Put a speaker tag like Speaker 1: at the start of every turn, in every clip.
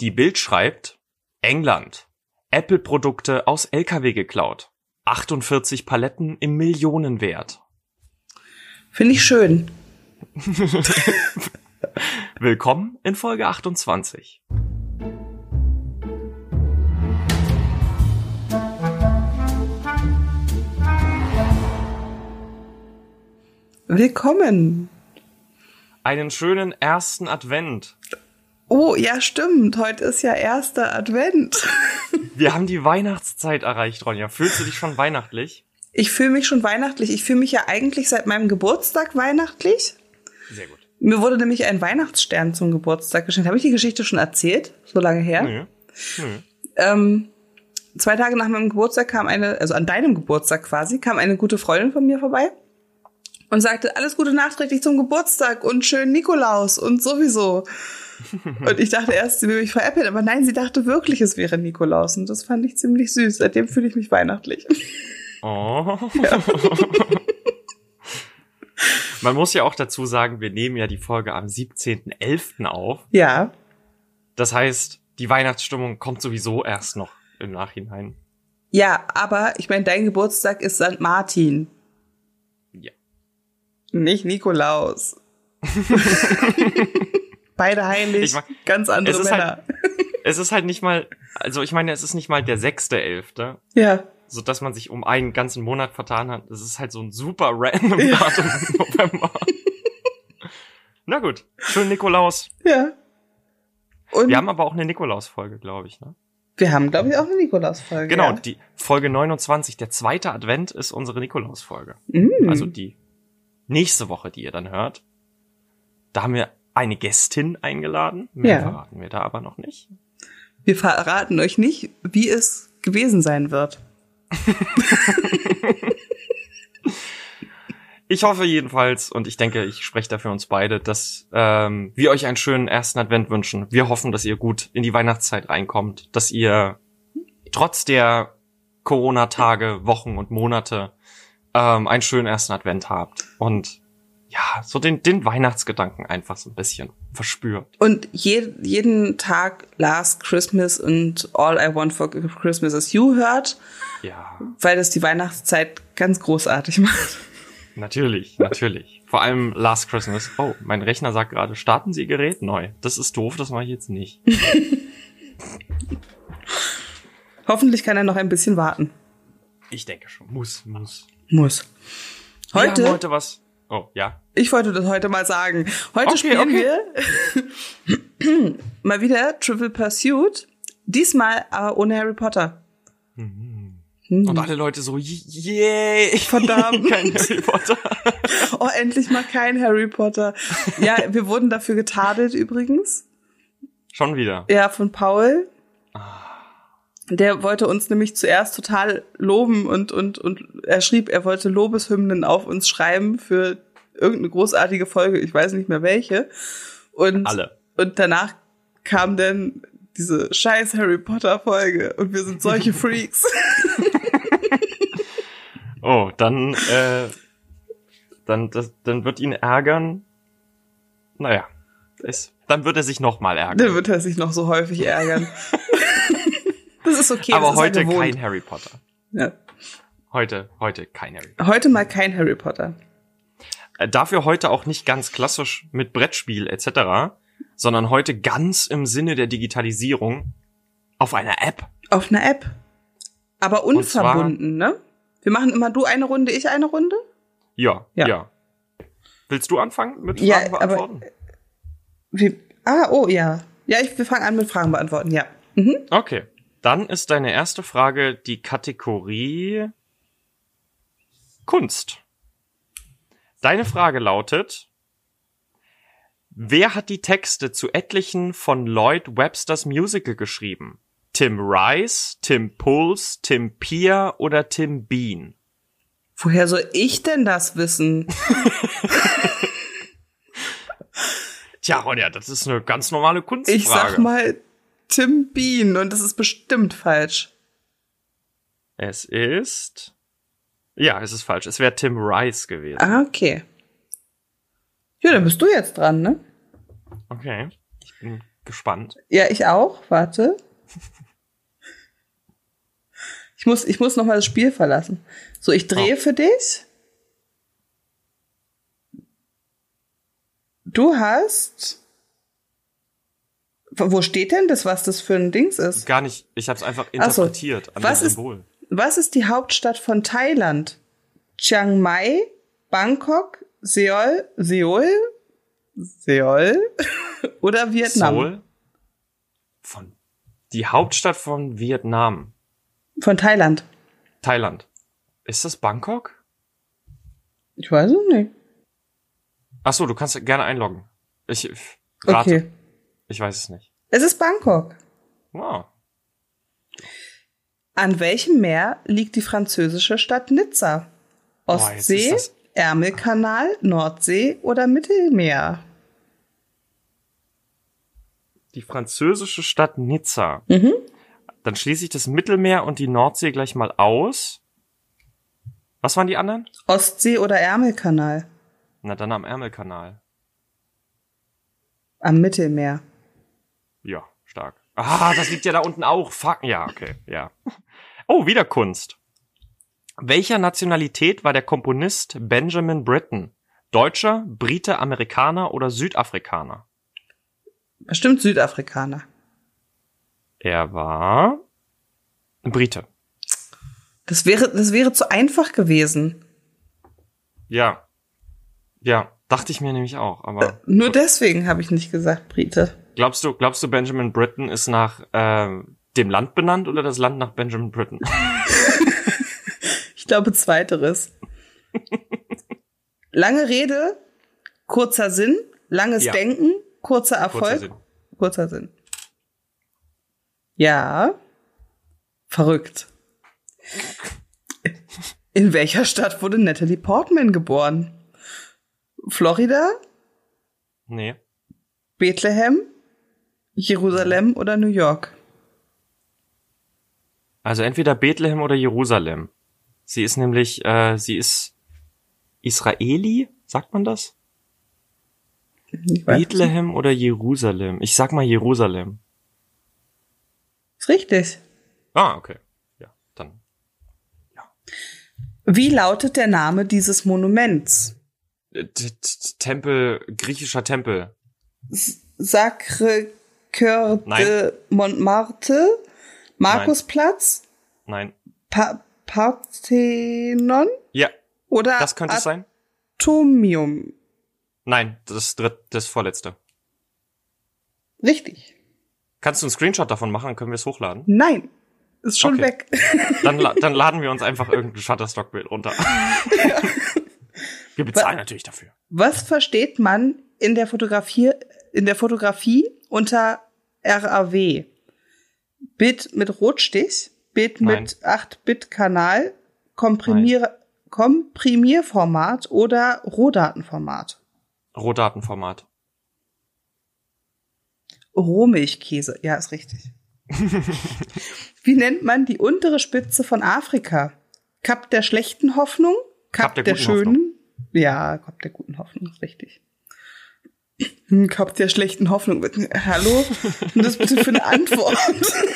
Speaker 1: Die Bild schreibt England. Apple-Produkte aus LKW geklaut. 48 Paletten im Millionenwert.
Speaker 2: Finde ich schön.
Speaker 1: Willkommen in Folge 28.
Speaker 2: Willkommen.
Speaker 1: Einen schönen ersten Advent.
Speaker 2: Oh, ja, stimmt. Heute ist ja erster Advent.
Speaker 1: Wir haben die Weihnachtszeit erreicht, Ronja. Fühlst du dich schon weihnachtlich?
Speaker 2: Ich fühle mich schon weihnachtlich. Ich fühle mich ja eigentlich seit meinem Geburtstag weihnachtlich.
Speaker 1: Sehr gut.
Speaker 2: Mir wurde nämlich ein Weihnachtsstern zum Geburtstag geschenkt. Habe ich die Geschichte schon erzählt? So lange her?
Speaker 1: Nö. Nö.
Speaker 2: ähm, zwei Tage nach meinem Geburtstag kam eine, also an deinem Geburtstag quasi, kam eine gute Freundin von mir vorbei und sagte, alles Gute nachträglich zum Geburtstag und schön Nikolaus und sowieso. Und ich dachte erst, sie will mich veräppeln, aber nein, sie dachte wirklich, es wäre Nikolaus. Und das fand ich ziemlich süß. Seitdem fühle ich mich weihnachtlich.
Speaker 1: Oh. Man muss ja auch dazu sagen, wir nehmen ja die Folge am 17.11. auf.
Speaker 2: Ja,
Speaker 1: Das heißt, die Weihnachtsstimmung kommt sowieso erst noch im Nachhinein.
Speaker 2: ja, aber ich meine, dein Geburtstag ist St. Martin.
Speaker 1: Ja.
Speaker 2: Nicht Nikolaus. Beide heilig,
Speaker 1: Ich mein,
Speaker 2: ganz andere
Speaker 1: es ist
Speaker 2: Männer.
Speaker 1: halt- Es ist halt nicht mal, also ich meine, es ist nicht mal der 6.11.,
Speaker 2: ja,
Speaker 1: so dass man sich um einen ganzen Monat vertan hat. Das ist halt so ein super random Datum im November. Na gut, schön Nikolaus.
Speaker 2: ja. Und
Speaker 1: Wir haben aber auch eine Nikolaus-Folge, glaube ich. Ne?
Speaker 2: wir haben glaube ich, auch eine Nikolaus-Folge.
Speaker 1: Genau,
Speaker 2: Ja.
Speaker 1: die Folge 29, der zweite Advent, ist unsere Nikolaus-Folge.
Speaker 2: Mm.
Speaker 1: Also die nächste Woche, die ihr dann hört. Da haben wir eine Gästin eingeladen. Mehr
Speaker 2: Ja.
Speaker 1: verraten wir da aber noch nicht.
Speaker 2: Wir verraten euch nicht, wie es gewesen sein wird.
Speaker 1: Ich hoffe jedenfalls, und ich denke, ich spreche dafür uns beide, dass ähm, wir euch einen schönen ersten Advent wünschen. Wir hoffen, dass ihr gut in die Weihnachtszeit reinkommt, dass ihr trotz der Corona-Tage, Wochen und Monate ähm, einen schönen ersten Advent habt und ja, so den, den Weihnachtsgedanken einfach so ein bisschen verspürt.
Speaker 2: Und je, jeden Tag Last Christmas und All I Want for Christmas is You hört,
Speaker 1: Ja,
Speaker 2: weil das die Weihnachtszeit ganz großartig macht.
Speaker 1: natürlich, natürlich. Vor allem Last Christmas. Oh, mein Rechner sagt gerade, starten Sie Ihr Gerät neu. Das ist doof, das mache ich jetzt nicht.
Speaker 2: Hoffentlich kann er noch ein bisschen warten.
Speaker 1: Ich denke schon. Muss, muss.
Speaker 2: Muss. Heute,
Speaker 1: Wir haben heute was. Oh, ja.
Speaker 2: ich wollte das heute mal sagen. Heute
Speaker 1: Okay,
Speaker 2: spielen
Speaker 1: okay.
Speaker 2: wir mal wieder Trivial Pursuit. Diesmal aber ohne Harry Potter.
Speaker 1: Und alle Leute so, yay, ich
Speaker 2: Hm. Verdammt.
Speaker 1: kein Harry Potter.
Speaker 2: Oh, endlich mal kein Harry Potter. Ja, wir wurden dafür getadelt übrigens.
Speaker 1: Schon wieder.
Speaker 2: Ja, von Paul. Der wollte uns nämlich zuerst total loben und, und, und er schrieb, er wollte Lobeshymnen auf uns schreiben für irgendeine großartige Folge, ich weiß nicht mehr welche. Und,
Speaker 1: Alle.
Speaker 2: und danach kam dann diese scheiß Harry Potter Folge und wir sind solche Freaks.
Speaker 1: Oh, dann, äh, dann, das, dann wird ihn ärgern. Naja, ist, dann wird er sich nochmal ärgern.
Speaker 2: dann wird er sich noch so häufig ärgern. das ist okay. das
Speaker 1: Aber
Speaker 2: ist er
Speaker 1: heute
Speaker 2: gewohnt.
Speaker 1: kein Harry Potter.
Speaker 2: Ja.
Speaker 1: Heute, heute kein Harry Potter.
Speaker 2: Heute mal kein Harry Potter.
Speaker 1: Äh, Dafür heute auch nicht ganz klassisch mit Brettspiel etc., sondern heute ganz im Sinne der Digitalisierung auf einer App.
Speaker 2: Auf einer App. Aber
Speaker 1: Und zwar-
Speaker 2: unverbunden, ne? Wir machen immer du eine Runde, ich eine Runde.
Speaker 1: Ja, ja.
Speaker 2: Ja.
Speaker 1: Willst du anfangen mit Fragen
Speaker 2: Ja, aber-
Speaker 1: beantworten?
Speaker 2: Wie, ah, oh ja. Ja, ich, wir fangen an mit Fragen beantworten, ja. Mhm.
Speaker 1: Okay. Dann ist deine erste Frage die Kategorie Kunst. Deine Frage lautet, wer hat die Texte zu etlichen von Lloyd Websters Musical geschrieben? Tim Rice, Tim Pulse, Tim Pier oder Tim Bean?
Speaker 2: Woher soll ich denn das wissen?
Speaker 1: Tja, Ronja, das ist eine ganz normale Kunstfrage.
Speaker 2: Ich sag mal Tim Bean und das ist bestimmt falsch.
Speaker 1: Es ist, ja, es ist falsch. Es wäre Tim Rice gewesen.
Speaker 2: Ah, okay. Ja, dann bist du jetzt dran, ne?
Speaker 1: Okay. Ich bin gespannt.
Speaker 2: Ja, ich auch. Warte. Ich muss, ich muss noch mal das Spiel verlassen. So, ich drehe für dich. Du hast. Wo steht denn das, was das für ein Dings ist?
Speaker 1: Gar nicht, ich habe es einfach
Speaker 2: Ach so.
Speaker 1: interpretiert an
Speaker 2: Was
Speaker 1: dem
Speaker 2: ist-
Speaker 1: Symbol.
Speaker 2: Was ist die Hauptstadt von Thailand? Chiang Mai, Bangkok, Seoul, Seoul, Seoul oder Vietnam?
Speaker 1: Seoul? Von die Hauptstadt von Vietnam,
Speaker 2: Von Thailand.
Speaker 1: Thailand. Ist das Bangkok?
Speaker 2: Ich weiß es nicht.
Speaker 1: Ach so, du kannst gerne einloggen. Ich f- rate,
Speaker 2: Okay.
Speaker 1: ich weiß es nicht.
Speaker 2: Es ist Bangkok.
Speaker 1: Wow.
Speaker 2: An welchem Meer liegt die französische Stadt Nizza?
Speaker 1: Boah, jetzt ist
Speaker 2: Ostsee,
Speaker 1: das-
Speaker 2: Ärmelkanal, Nordsee oder Mittelmeer?
Speaker 1: Die französische Stadt Nizza.
Speaker 2: Mhm.
Speaker 1: Dann schließe ich das Mittelmeer und die Nordsee gleich mal aus. Was waren die anderen?
Speaker 2: Ostsee oder Ärmelkanal?
Speaker 1: Na, dann am Ärmelkanal.
Speaker 2: Am Mittelmeer.
Speaker 1: Ja, stark. Ah, das liegt ja da unten auch. Fuck. Ja, okay, ja. Oh, wieder Kunst. Welcher Nationalität war der Komponist Benjamin Britten? Deutscher, Brite, Amerikaner oder Südafrikaner?
Speaker 2: Bestimmt Südafrikaner.
Speaker 1: Er war Brite.
Speaker 2: Das wäre, das wäre zu einfach gewesen.
Speaker 1: Ja. Ja, dachte ich mir nämlich auch, aber
Speaker 2: Nur deswegen habe ich nicht gesagt Brite.
Speaker 1: glaubst du, glaubst du Benjamin Britten ist nach ähm, dem Land benannt oder das Land nach Benjamin Britten?
Speaker 2: Ich glaube zweiteres. Lange Rede, kurzer Sinn, langes
Speaker 1: Ja.
Speaker 2: Denken, kurzer Erfolg,
Speaker 1: Kurzer Sinn.
Speaker 2: kurzer Sinn. Ja, verrückt. In welcher Stadt wurde Natalie Portman geboren? Florida,
Speaker 1: Nee.
Speaker 2: Bethlehem, Jerusalem oder New York?
Speaker 1: Also entweder Bethlehem oder Jerusalem. Sie ist nämlich, äh, sie ist Israeli, sagt man das?
Speaker 2: Ich weiß.
Speaker 1: Bethlehem oder Jerusalem? Ich sag mal Jerusalem.
Speaker 2: Ist richtig.
Speaker 1: Ah, okay. Ja, dann.
Speaker 2: Wie lautet der Name dieses Monuments?
Speaker 1: Äh, T- T- Tempel, griechischer Tempel.
Speaker 2: Sacre-Cœur
Speaker 1: Nein.
Speaker 2: de Montmartre, Markusplatz,
Speaker 1: Nein.
Speaker 2: pa Parthenon
Speaker 1: Ja,
Speaker 2: oder
Speaker 1: das könnte es sein.
Speaker 2: Atomium?
Speaker 1: Nein, das dritt, das vorletzte.
Speaker 2: Richtig.
Speaker 1: Kannst du einen Screenshot davon machen, dann können wir es hochladen.
Speaker 2: Nein, ist schon
Speaker 1: Okay.
Speaker 2: weg.
Speaker 1: Dann, la dann laden wir uns einfach irgendein Shutterstock-Bild runter. wir bezahlen natürlich dafür.
Speaker 2: Was versteht man in der Fotografie, in der Fotografie unter RAW? Bild mit Rotstich, Bild
Speaker 1: Nein.
Speaker 2: mit 8-Bit-Kanal, Komprimier Komprimierformat oder Rohdatenformat?
Speaker 1: Rohdatenformat.
Speaker 2: Rohmilchkäse, ja, ist richtig. Wie nennt man die untere Spitze von Afrika? Kap der schlechten Hoffnung?
Speaker 1: Kap
Speaker 2: Kap,
Speaker 1: der
Speaker 2: der,
Speaker 1: guten
Speaker 2: schönen?
Speaker 1: Hoffnung.
Speaker 2: Ja, Kap der guten Hoffnung, ist richtig. Hm, Kap der schlechten Hoffnung. Hallo? Und das bitte für eine Antwort.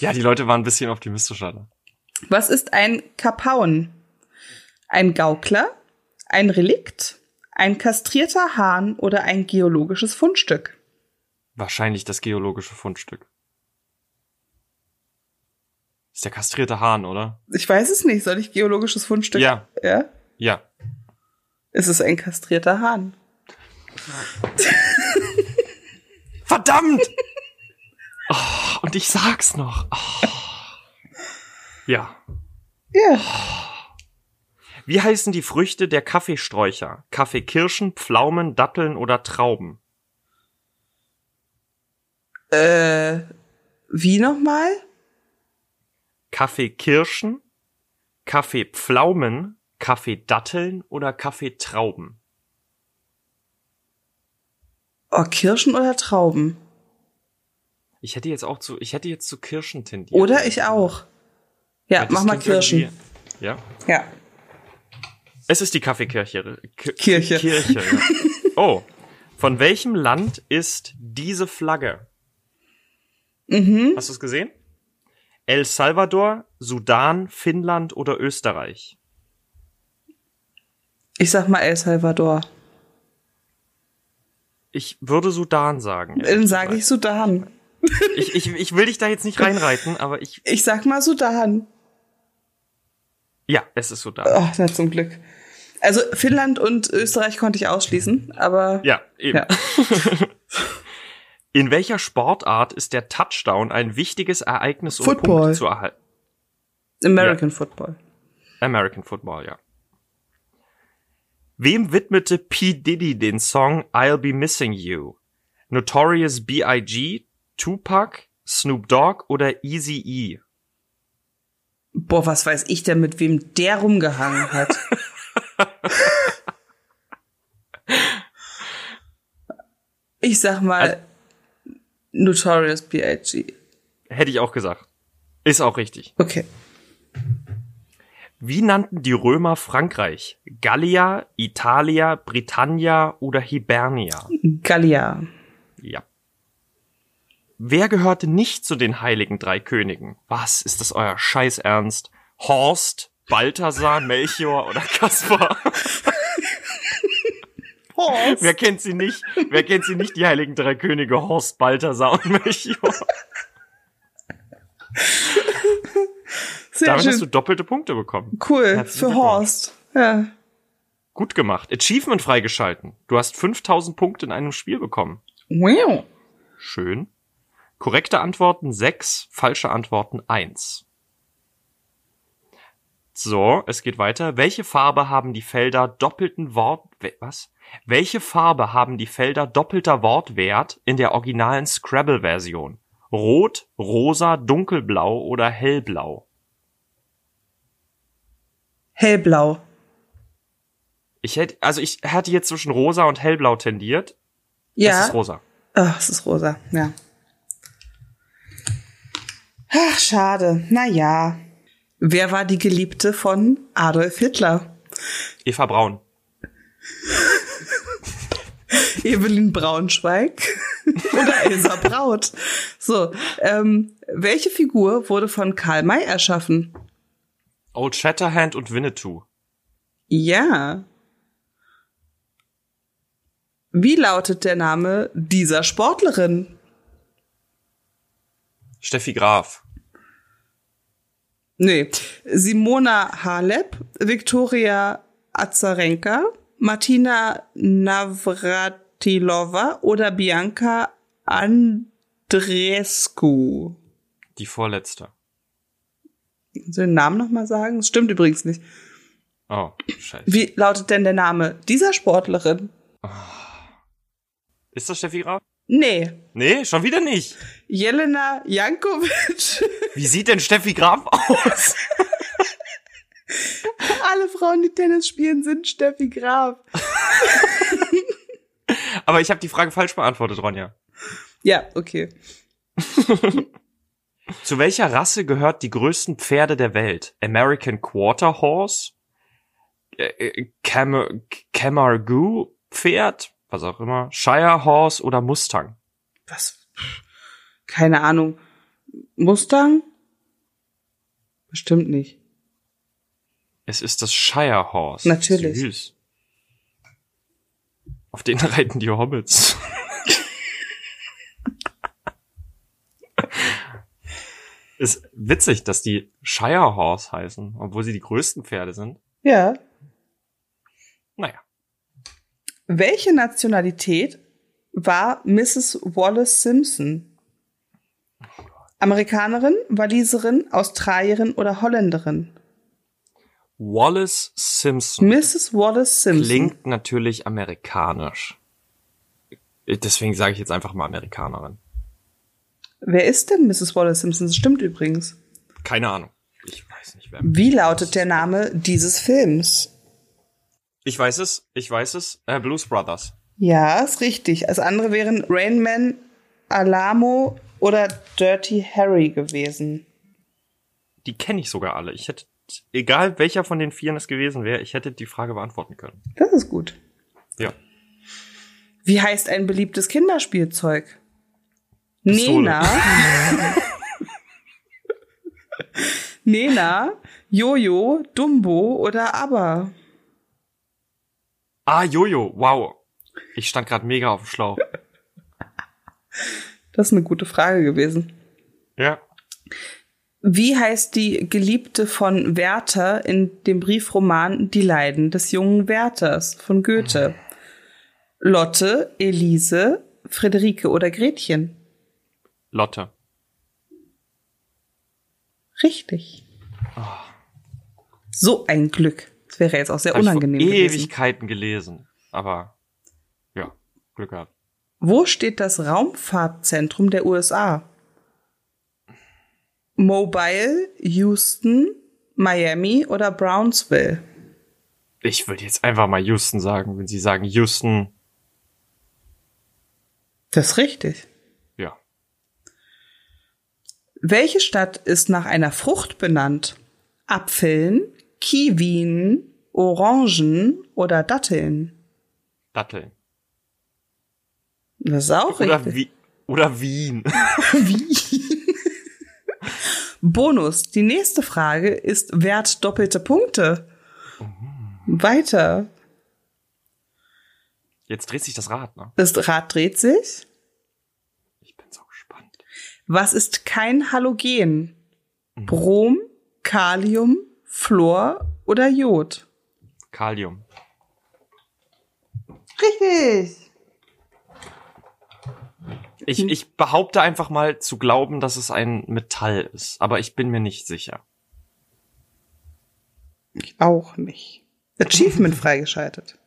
Speaker 1: Ja, die Leute waren ein bisschen optimistischer. ne? da.
Speaker 2: Was ist ein Kapaun? Ein Gaukler? Ein Relikt? Ein kastrierter Hahn oder ein geologisches Fundstück?
Speaker 1: Wahrscheinlich das geologische Fundstück. Ist der kastrierte Hahn, oder?
Speaker 2: Ich weiß es nicht. Soll ich geologisches Fundstück?
Speaker 1: Ja.
Speaker 2: ja?
Speaker 1: Ja.
Speaker 2: Es ist ein kastrierter Hahn.
Speaker 1: Verdammt! oh, und ich sag's noch. Oh. Ja.
Speaker 2: Ja.
Speaker 1: Wie heißen die Früchte der Kaffeesträucher? Kaffeekirschen, Pflaumen, Datteln oder Trauben?
Speaker 2: Äh, wie nochmal?
Speaker 1: Kaffeekirschen, Kaffeepflaumen, Kaffeedatteln oder Kaffeetrauben?
Speaker 2: Oh, Kirschen oder Trauben?
Speaker 1: Ich hätte jetzt auch zu, ich hätte jetzt zu Kirschen tendiert.
Speaker 2: Oder ich auch. Ja,
Speaker 1: Weil das
Speaker 2: mach mal
Speaker 1: klingt
Speaker 2: Kirschen.
Speaker 1: irgendwie- Ja.
Speaker 2: Ja.
Speaker 1: Es ist die Kaffeekirche. Ki-
Speaker 2: Kirche.
Speaker 1: Kirche. Ja. Oh. Von welchem Land ist diese Flagge?
Speaker 2: Mhm.
Speaker 1: Hast du es gesehen? El Salvador, Sudan, Finnland oder Österreich?
Speaker 2: Ich sag mal El Salvador.
Speaker 1: Ich würde Sudan sagen.
Speaker 2: Dann sage ich Sudan.
Speaker 1: Ich, ich, ich will dich da jetzt nicht reinreiten, aber ich.
Speaker 2: Ich sag mal Sudan.
Speaker 1: Ja, es ist Sudan.
Speaker 2: Ach, na zum Glück. Also Finnland und Österreich konnte ich ausschließen, aber
Speaker 1: Ja, eben.
Speaker 2: Ja.
Speaker 1: In welcher Sportart ist der Touchdown ein wichtiges Ereignis, um
Speaker 2: Football.
Speaker 1: Punkte zu erhalten?
Speaker 2: American Football.
Speaker 1: American Football, ja. Wem widmete P. Diddy den Song I'll Be Missing You? Notorious B.I.G., Tupac, Snoop Dogg oder Easy E?
Speaker 2: Boah, was weiß ich denn, mit wem der rumgehangen hat? ich sag mal
Speaker 1: Also-
Speaker 2: Notorious B.I.G.
Speaker 1: Hätte ich auch gesagt. Ist auch richtig.
Speaker 2: Okay.
Speaker 1: Wie nannten die Römer Frankreich? Gallia, Italia, Britannia oder Hibernia?
Speaker 2: Gallia.
Speaker 1: Ja. Wer gehörte nicht zu den heiligen drei Königen? Was ist das euer Scheiß Ernst? Horst, Balthasar, Melchior oder Kaspar?
Speaker 2: Horst.
Speaker 1: Wer kennt sie nicht? Wer kennt sie nicht, die heiligen drei Könige? Horst, Balthasar und Melchior.
Speaker 2: Sehr
Speaker 1: Damit
Speaker 2: schön.
Speaker 1: hast du doppelte Punkte bekommen.
Speaker 2: cool.
Speaker 1: Herzlichen
Speaker 2: Für
Speaker 1: Glückwunsch.
Speaker 2: Horst. Ja.
Speaker 1: Gut gemacht. Achievement freigeschalten. Du hast 5000 Punkte in einem Spiel bekommen.
Speaker 2: Wow.
Speaker 1: Schön. Korrekte Antworten 6, falsche Antworten 1. So, es geht weiter. Welche Farbe haben die Felder doppelten Wort... we- Was? Welche Farbe haben die Felder doppelter Wortwert in der originalen Scrabble-Version? Rot, rosa, dunkelblau oder hellblau?
Speaker 2: Hellblau.
Speaker 1: Ich hätte, also ich hätte jetzt zwischen rosa und hellblau tendiert.
Speaker 2: Ja.
Speaker 1: Es ist rosa.
Speaker 2: Ach, es ist rosa, ja. Ach, schade. Naja. Wer war die Geliebte von Adolf Hitler?
Speaker 1: Eva Braun.
Speaker 2: Evelyn Braunschweig oder Elsa Braut? So, ähm, welche Figur wurde von Karl May erschaffen?
Speaker 1: Old Shatterhand und Winnetou.
Speaker 2: Ja. Wie lautet der Name dieser Sportlerin?
Speaker 1: Steffi Graf.
Speaker 2: Nee. Simona Halep, Viktoria Azarenka, Martina Navratilova oder Bianca Andrescu.
Speaker 1: Die vorletzte.
Speaker 2: Kannst du den Namen nochmal sagen? Das stimmt übrigens nicht.
Speaker 1: Oh, scheiße.
Speaker 2: Wie lautet denn der Name dieser Sportlerin?
Speaker 1: Ist das Steffi Graf?
Speaker 2: Nee.
Speaker 1: Nee, schon wieder nicht.
Speaker 2: Jelena Jankovic.
Speaker 1: Wie sieht denn Steffi Graf aus?
Speaker 2: Alle Frauen, die Tennis spielen, sind Steffi Graf.
Speaker 1: Aber ich habe die Frage falsch beantwortet, Ronja.
Speaker 2: Ja, okay.
Speaker 1: Zu welcher Rasse gehört die größten Pferde der Welt? American Quarter Horse? Äh, äh, Cam Camargue Pferd? Was auch immer. Shire Horse oder Mustang?
Speaker 2: was, pff, keine Ahnung, Mustang? Bestimmt nicht.
Speaker 1: Es ist das Shire Horse.
Speaker 2: Natürlich.
Speaker 1: Süß. Auf den reiten die Hobbits. ist witzig, dass die Shire Horse heißen, obwohl sie die größten Pferde sind.
Speaker 2: Ja.
Speaker 1: Naja.
Speaker 2: Welche Nationalität war Mrs. Wallace Simpson? Amerikanerin, Waliserin, Australierin oder Holländerin?
Speaker 1: Wallace Simpson
Speaker 2: Mrs. Wallace Simpson.
Speaker 1: klingt natürlich amerikanisch. Deswegen sage ich jetzt einfach mal Amerikanerin.
Speaker 2: Wer ist denn Mrs. Wallace Simpson? Das stimmt übrigens.
Speaker 1: Keine Ahnung. Ich weiß nicht, wer.
Speaker 2: Wie lautet der Name dieses Films?
Speaker 1: Ich weiß es, ich weiß es. Äh, Blues Brothers.
Speaker 2: Ja, ist richtig. Das andere wären Rain Man, Alamo oder Dirty Harry gewesen.
Speaker 1: die kenne ich sogar alle. Ich hätte, egal welcher von den Vieren es gewesen wäre, ich hätte die Frage beantworten können.
Speaker 2: Das ist gut.
Speaker 1: Ja.
Speaker 2: Wie heißt ein beliebtes Kinderspielzeug?
Speaker 1: Pistole.
Speaker 2: Nena. Nena, Jojo, Dumbo oder Aber.
Speaker 1: Ah, Jojo, wow. Ich stand gerade mega auf dem Schlauch.
Speaker 2: Das ist eine gute Frage gewesen.
Speaker 1: Ja.
Speaker 2: Wie heißt die Geliebte von Werther in dem Briefroman Die Leiden des jungen Werthers von Goethe? Lotte, Elise, Friederike oder Gretchen?
Speaker 1: Lotte.
Speaker 2: Richtig. So ein Glück. Das wäre jetzt auch sehr
Speaker 1: Ah. Hab
Speaker 2: unangenehm
Speaker 1: ich vor
Speaker 2: gewesen.
Speaker 1: Ewigkeiten gelesen. Aber ja, Glück gehabt.
Speaker 2: Wo steht das Raumfahrtzentrum der USA? Mobile, Houston, Miami oder Brownsville?
Speaker 1: Ich würde jetzt einfach mal Houston sagen. Wenn Sie sagen Houston,
Speaker 2: Das ist richtig.
Speaker 1: ja.
Speaker 2: Welche Stadt ist nach einer Frucht benannt? Apfeln, Kiwien, Orangen oder Datteln?
Speaker 1: Datteln.
Speaker 2: Das ist auch
Speaker 1: Oder,
Speaker 2: richtig.
Speaker 1: Wi oder Wien.
Speaker 2: Bonus. Die nächste Frage ist wert doppelte Punkte. Weiter.
Speaker 1: Jetzt dreht sich das Rad, ne?
Speaker 2: Das Rad dreht sich.
Speaker 1: Ich bin so gespannt.
Speaker 2: Was ist kein Halogen? Brom, Kalium, Fluor oder Jod?
Speaker 1: Kalium.
Speaker 2: Richtig. Hm.
Speaker 1: Ich, ich behaupte einfach mal zu glauben, dass es ein Metall ist. Aber ich bin mir nicht sicher.
Speaker 2: Ich auch nicht. Achievement freigeschaltet.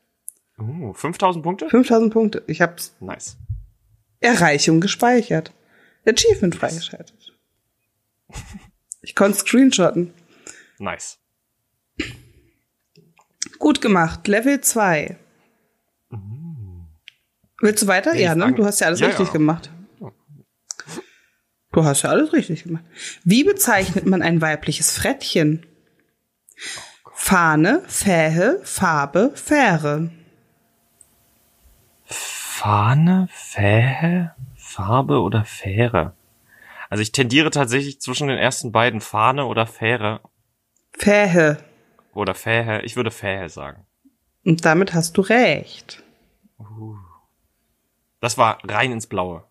Speaker 1: Uh, 5000 Punkte?
Speaker 2: 5000 Punkte. Ich hab's
Speaker 1: Nice.
Speaker 2: Erreichung gespeichert. Achievement freigeschaltet. Ich konnte screenshotten.
Speaker 1: Nice.
Speaker 2: Gut gemacht. Level 2. Willst du weiter?
Speaker 1: Nee,
Speaker 2: ja,
Speaker 1: ich
Speaker 2: ne?
Speaker 1: frag-
Speaker 2: Du hast ja alles
Speaker 1: Ja,
Speaker 2: richtig
Speaker 1: ja.
Speaker 2: gemacht. Du hast ja alles richtig gemacht. Wie bezeichnet man ein weibliches Frettchen? Fahne, Fähe, Farbe, Fähre.
Speaker 1: Fahne, Fähe, Farbe oder Fähre? Also ich tendiere tatsächlich zwischen den ersten beiden Fahne oder Fähre
Speaker 2: Fähe.
Speaker 1: oder Fähe. Ich würde Fähe sagen.
Speaker 2: Und damit hast du recht.
Speaker 1: Das war rein ins Blaue.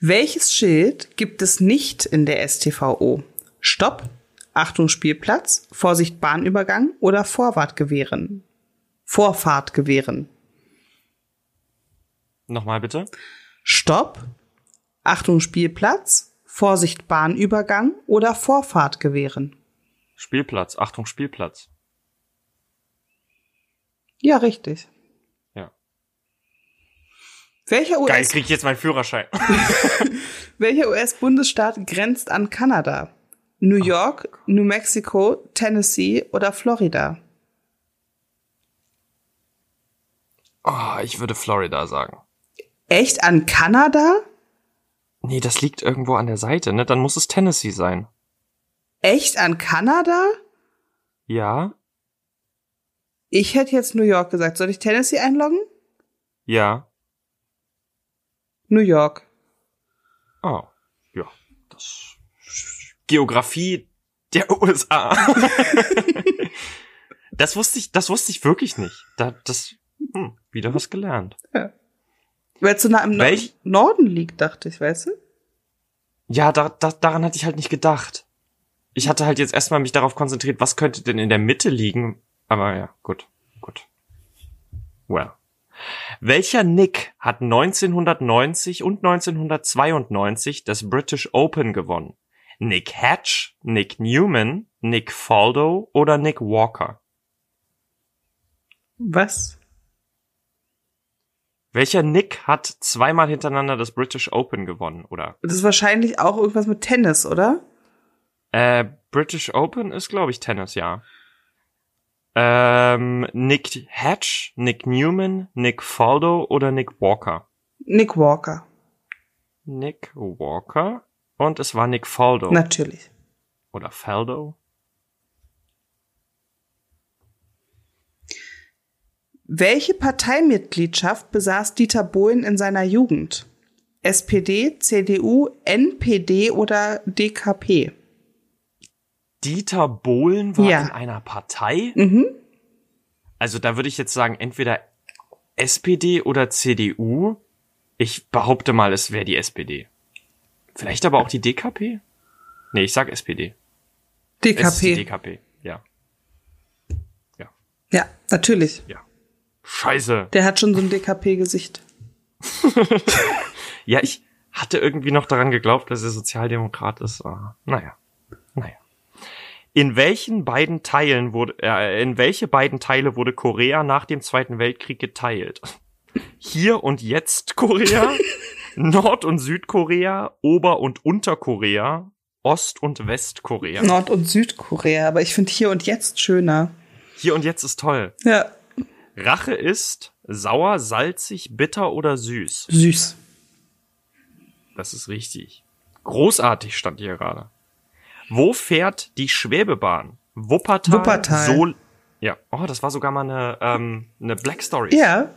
Speaker 2: Welches Schild gibt es nicht in der STVO? Stopp, Achtung Spielplatz, Vorsicht Bahnübergang oder Vorfahrt gewähren? Vorfahrt gewähren.
Speaker 1: Nochmal bitte.
Speaker 2: Stopp, Achtung Spielplatz, Vorsicht Bahnübergang oder Vorfahrt gewähren?
Speaker 1: Spielplatz. Achtung, Spielplatz.
Speaker 2: Ja, richtig.
Speaker 1: Ja.
Speaker 2: Welcher
Speaker 1: Geil,
Speaker 2: US
Speaker 1: krieg ich jetzt meinen Führerschein.
Speaker 2: welcher US-Bundesstaat grenzt an Kanada? New York, New Mexico, Tennessee oder Florida?
Speaker 1: Oh, ich würde Florida sagen.
Speaker 2: Echt an Kanada?
Speaker 1: Nee, das liegt irgendwo an der Seite, ne? Dann muss es Tennessee sein.
Speaker 2: Echt an Kanada?
Speaker 1: Ja?
Speaker 2: Ich hätte jetzt New York gesagt. Soll ich Tennessee einloggen?
Speaker 1: Ja.
Speaker 2: New York.
Speaker 1: Oh. Ja. Das. Geografie der USA. das wusste ich, das wusste ich wirklich nicht. Da, das, hm, wieder was gelernt.
Speaker 2: Weil es so nah im Nor
Speaker 1: Welch-
Speaker 2: Norden liegt, dachte ich, weißt du?
Speaker 1: Ja, da, da, daran hatte ich halt nicht gedacht. Ich hatte halt jetzt erstmal mich darauf konzentriert, was könnte denn in der Mitte liegen. Aber ja, gut, gut. Well. Welcher Nick hat 1990 und 1992 das British Open gewonnen? Nick Hatch, Nick Newman, Nick Faldo oder Nick Walker?
Speaker 2: Was?
Speaker 1: Welcher Nick hat zweimal hintereinander das British Open gewonnen? Oder
Speaker 2: Das ist wahrscheinlich auch irgendwas mit Tennis, oder?
Speaker 1: Äh, British Open ist, glaube ich, Tennis, ja. Ähm, Nick Hatch, Nick Newman, Nick Faldo oder Nick Walker?
Speaker 2: Nick Walker.
Speaker 1: Nick Walker und es war Nick Faldo.
Speaker 2: Ne. Natürlich.
Speaker 1: Oder Faldo?
Speaker 2: Welche Parteimitgliedschaft besaß Dieter Bohlen in seiner Jugend? SPD, CDU, NPD oder DKP?
Speaker 1: Dieter Bohlen war
Speaker 2: Ja.
Speaker 1: in einer Partei?
Speaker 2: Mhm.
Speaker 1: Also da würde ich jetzt sagen, entweder SPD oder CDU. Ich behaupte mal, es wäre die SPD. Vielleicht aber auch die DKP? Nee, ich sag SPD. Es ist die
Speaker 2: DKP.
Speaker 1: DKP, ja. Ja,
Speaker 2: Ja, natürlich.
Speaker 1: ja. Scheiße.
Speaker 2: Der hat schon so ein DKP-Gesicht.
Speaker 1: Ja, ich hatte irgendwie noch daran geglaubt, dass er Sozialdemokrat ist. aber Naja, naja. In welchen beiden Teilen wurde, äh, in welche beiden Teile wurde Korea nach dem Zweiten Weltkrieg geteilt? Hier und jetzt Korea, Nord- und Südkorea, Ober- und Unterkorea, Ost- und Westkorea.
Speaker 2: Nord- und Südkorea, aber ich finde hier und jetzt schöner.
Speaker 1: Hier und jetzt ist toll.
Speaker 2: Ja,
Speaker 1: Rache ist sauer, salzig, bitter oder süß.
Speaker 2: süß.
Speaker 1: Das ist richtig. Großartig stand hier gerade. Wo fährt die Schwebebahn? Wuppertal.
Speaker 2: Wuppertal.
Speaker 1: Sol ja. Oh, das war sogar mal eine, ähm, eine Black Story.
Speaker 2: Ja,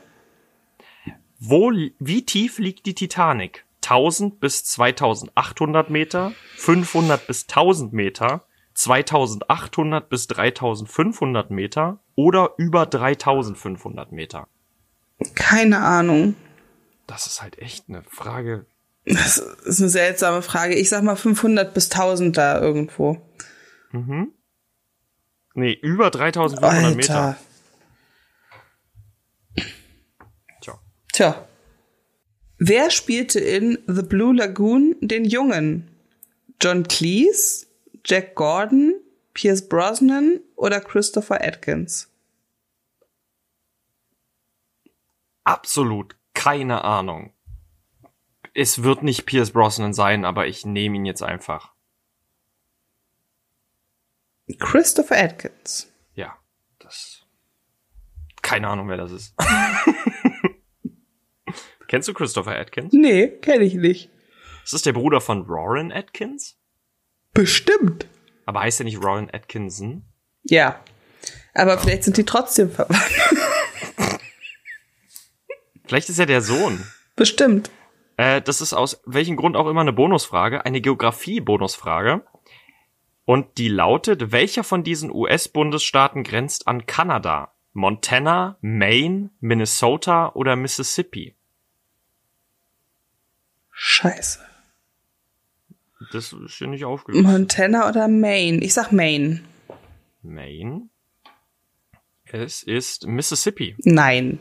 Speaker 1: Wo, li- wie tief liegt die Titanic? 1000 bis 2800 Meter, 500 bis 1000 Meter, 2800 bis 3500 Meter oder über 3500 Meter?
Speaker 2: keine Ahnung.
Speaker 1: Das ist halt echt eine Frage.
Speaker 2: Das ist eine seltsame Frage. Ich sag mal 500 bis 1000 da irgendwo.
Speaker 1: Nee, über 3500 Meter.
Speaker 2: Alter.
Speaker 1: Tja.
Speaker 2: Tja. Wer spielte in The Blue Lagoon den Jungen? John Cleese, Jack Gordon, Pierce Brosnan oder Christopher Atkins?
Speaker 1: absolut keine Ahnung. Es wird nicht Pierce Brosnan sein, aber ich nehme ihn jetzt einfach.
Speaker 2: Christopher Atkins.
Speaker 1: Ja, das. Keine Ahnung, wer das ist. Kennst du Christopher Atkins?
Speaker 2: Nee, kenne ich nicht.
Speaker 1: Ist das der Bruder von Rowan Atkins?
Speaker 2: Bestimmt.
Speaker 1: Aber heißt er nicht Rowan Atkinson?
Speaker 2: Ja. Aber vielleicht sind die trotzdem verwandt.
Speaker 1: Vielleicht ist er der Sohn.
Speaker 2: Bestimmt.
Speaker 1: Äh, das ist aus welchem Grund auch immer eine Bonusfrage, eine Geografie-Bonusfrage. Und die lautet, welcher von diesen US-Bundesstaaten grenzt an Kanada? Montana, Maine, Minnesota oder Mississippi?
Speaker 2: Scheiße.
Speaker 1: Das ist hier nicht aufgegangen.
Speaker 2: Montana oder Maine? Ich sag Maine.
Speaker 1: Maine? Es ist Mississippi.
Speaker 2: Nein.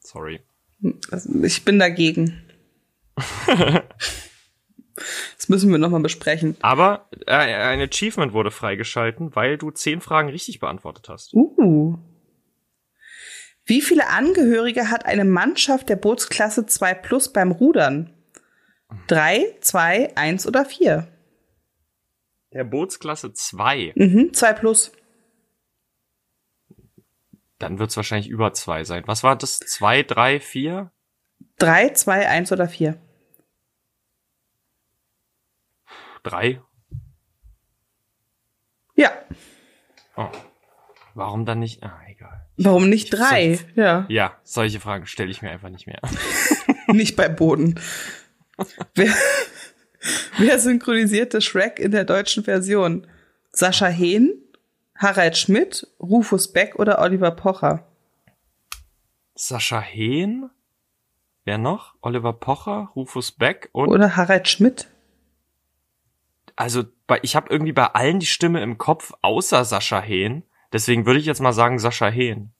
Speaker 1: Sorry.
Speaker 2: Also, Ich bin dagegen. das müssen wir nochmal besprechen.
Speaker 1: Aber äh, ein Achievement wurde freigeschalten, weil du zehn Fragen richtig beantwortet hast.
Speaker 2: Uh. Wie viele Angehörige hat eine Mannschaft der Bootsklasse 2 Plus beim Rudern? Drei, zwei, eins oder vier?
Speaker 1: Der Bootsklasse 2.
Speaker 2: Mhm, 2 Plus.
Speaker 1: Dann wird es wahrscheinlich über zwei sein. Was war das? Zwei, drei, vier?
Speaker 2: Drei, zwei, eins oder vier?
Speaker 1: Drei?
Speaker 2: Ja.
Speaker 1: Oh. Warum dann nicht? Ah, egal.
Speaker 2: Warum nicht drei? Ja.
Speaker 1: Ja, solche Fragen stelle ich mir einfach nicht mehr.
Speaker 2: Nicht beim Boden. Wer, wer synchronisierte Shrek in der deutschen Version? Sascha Hehn, Harald Schmidt, Rufus Beck oder Oliver Pocher?
Speaker 1: Sascha Hehn? Wer noch? Oliver Pocher, Rufus Beck und
Speaker 2: Oder Harald Schmidt?
Speaker 1: also bei, ich habe irgendwie bei allen die Stimme im Kopf außer Sascha Hehn. Deswegen würde ich jetzt mal sagen Sascha Hehn.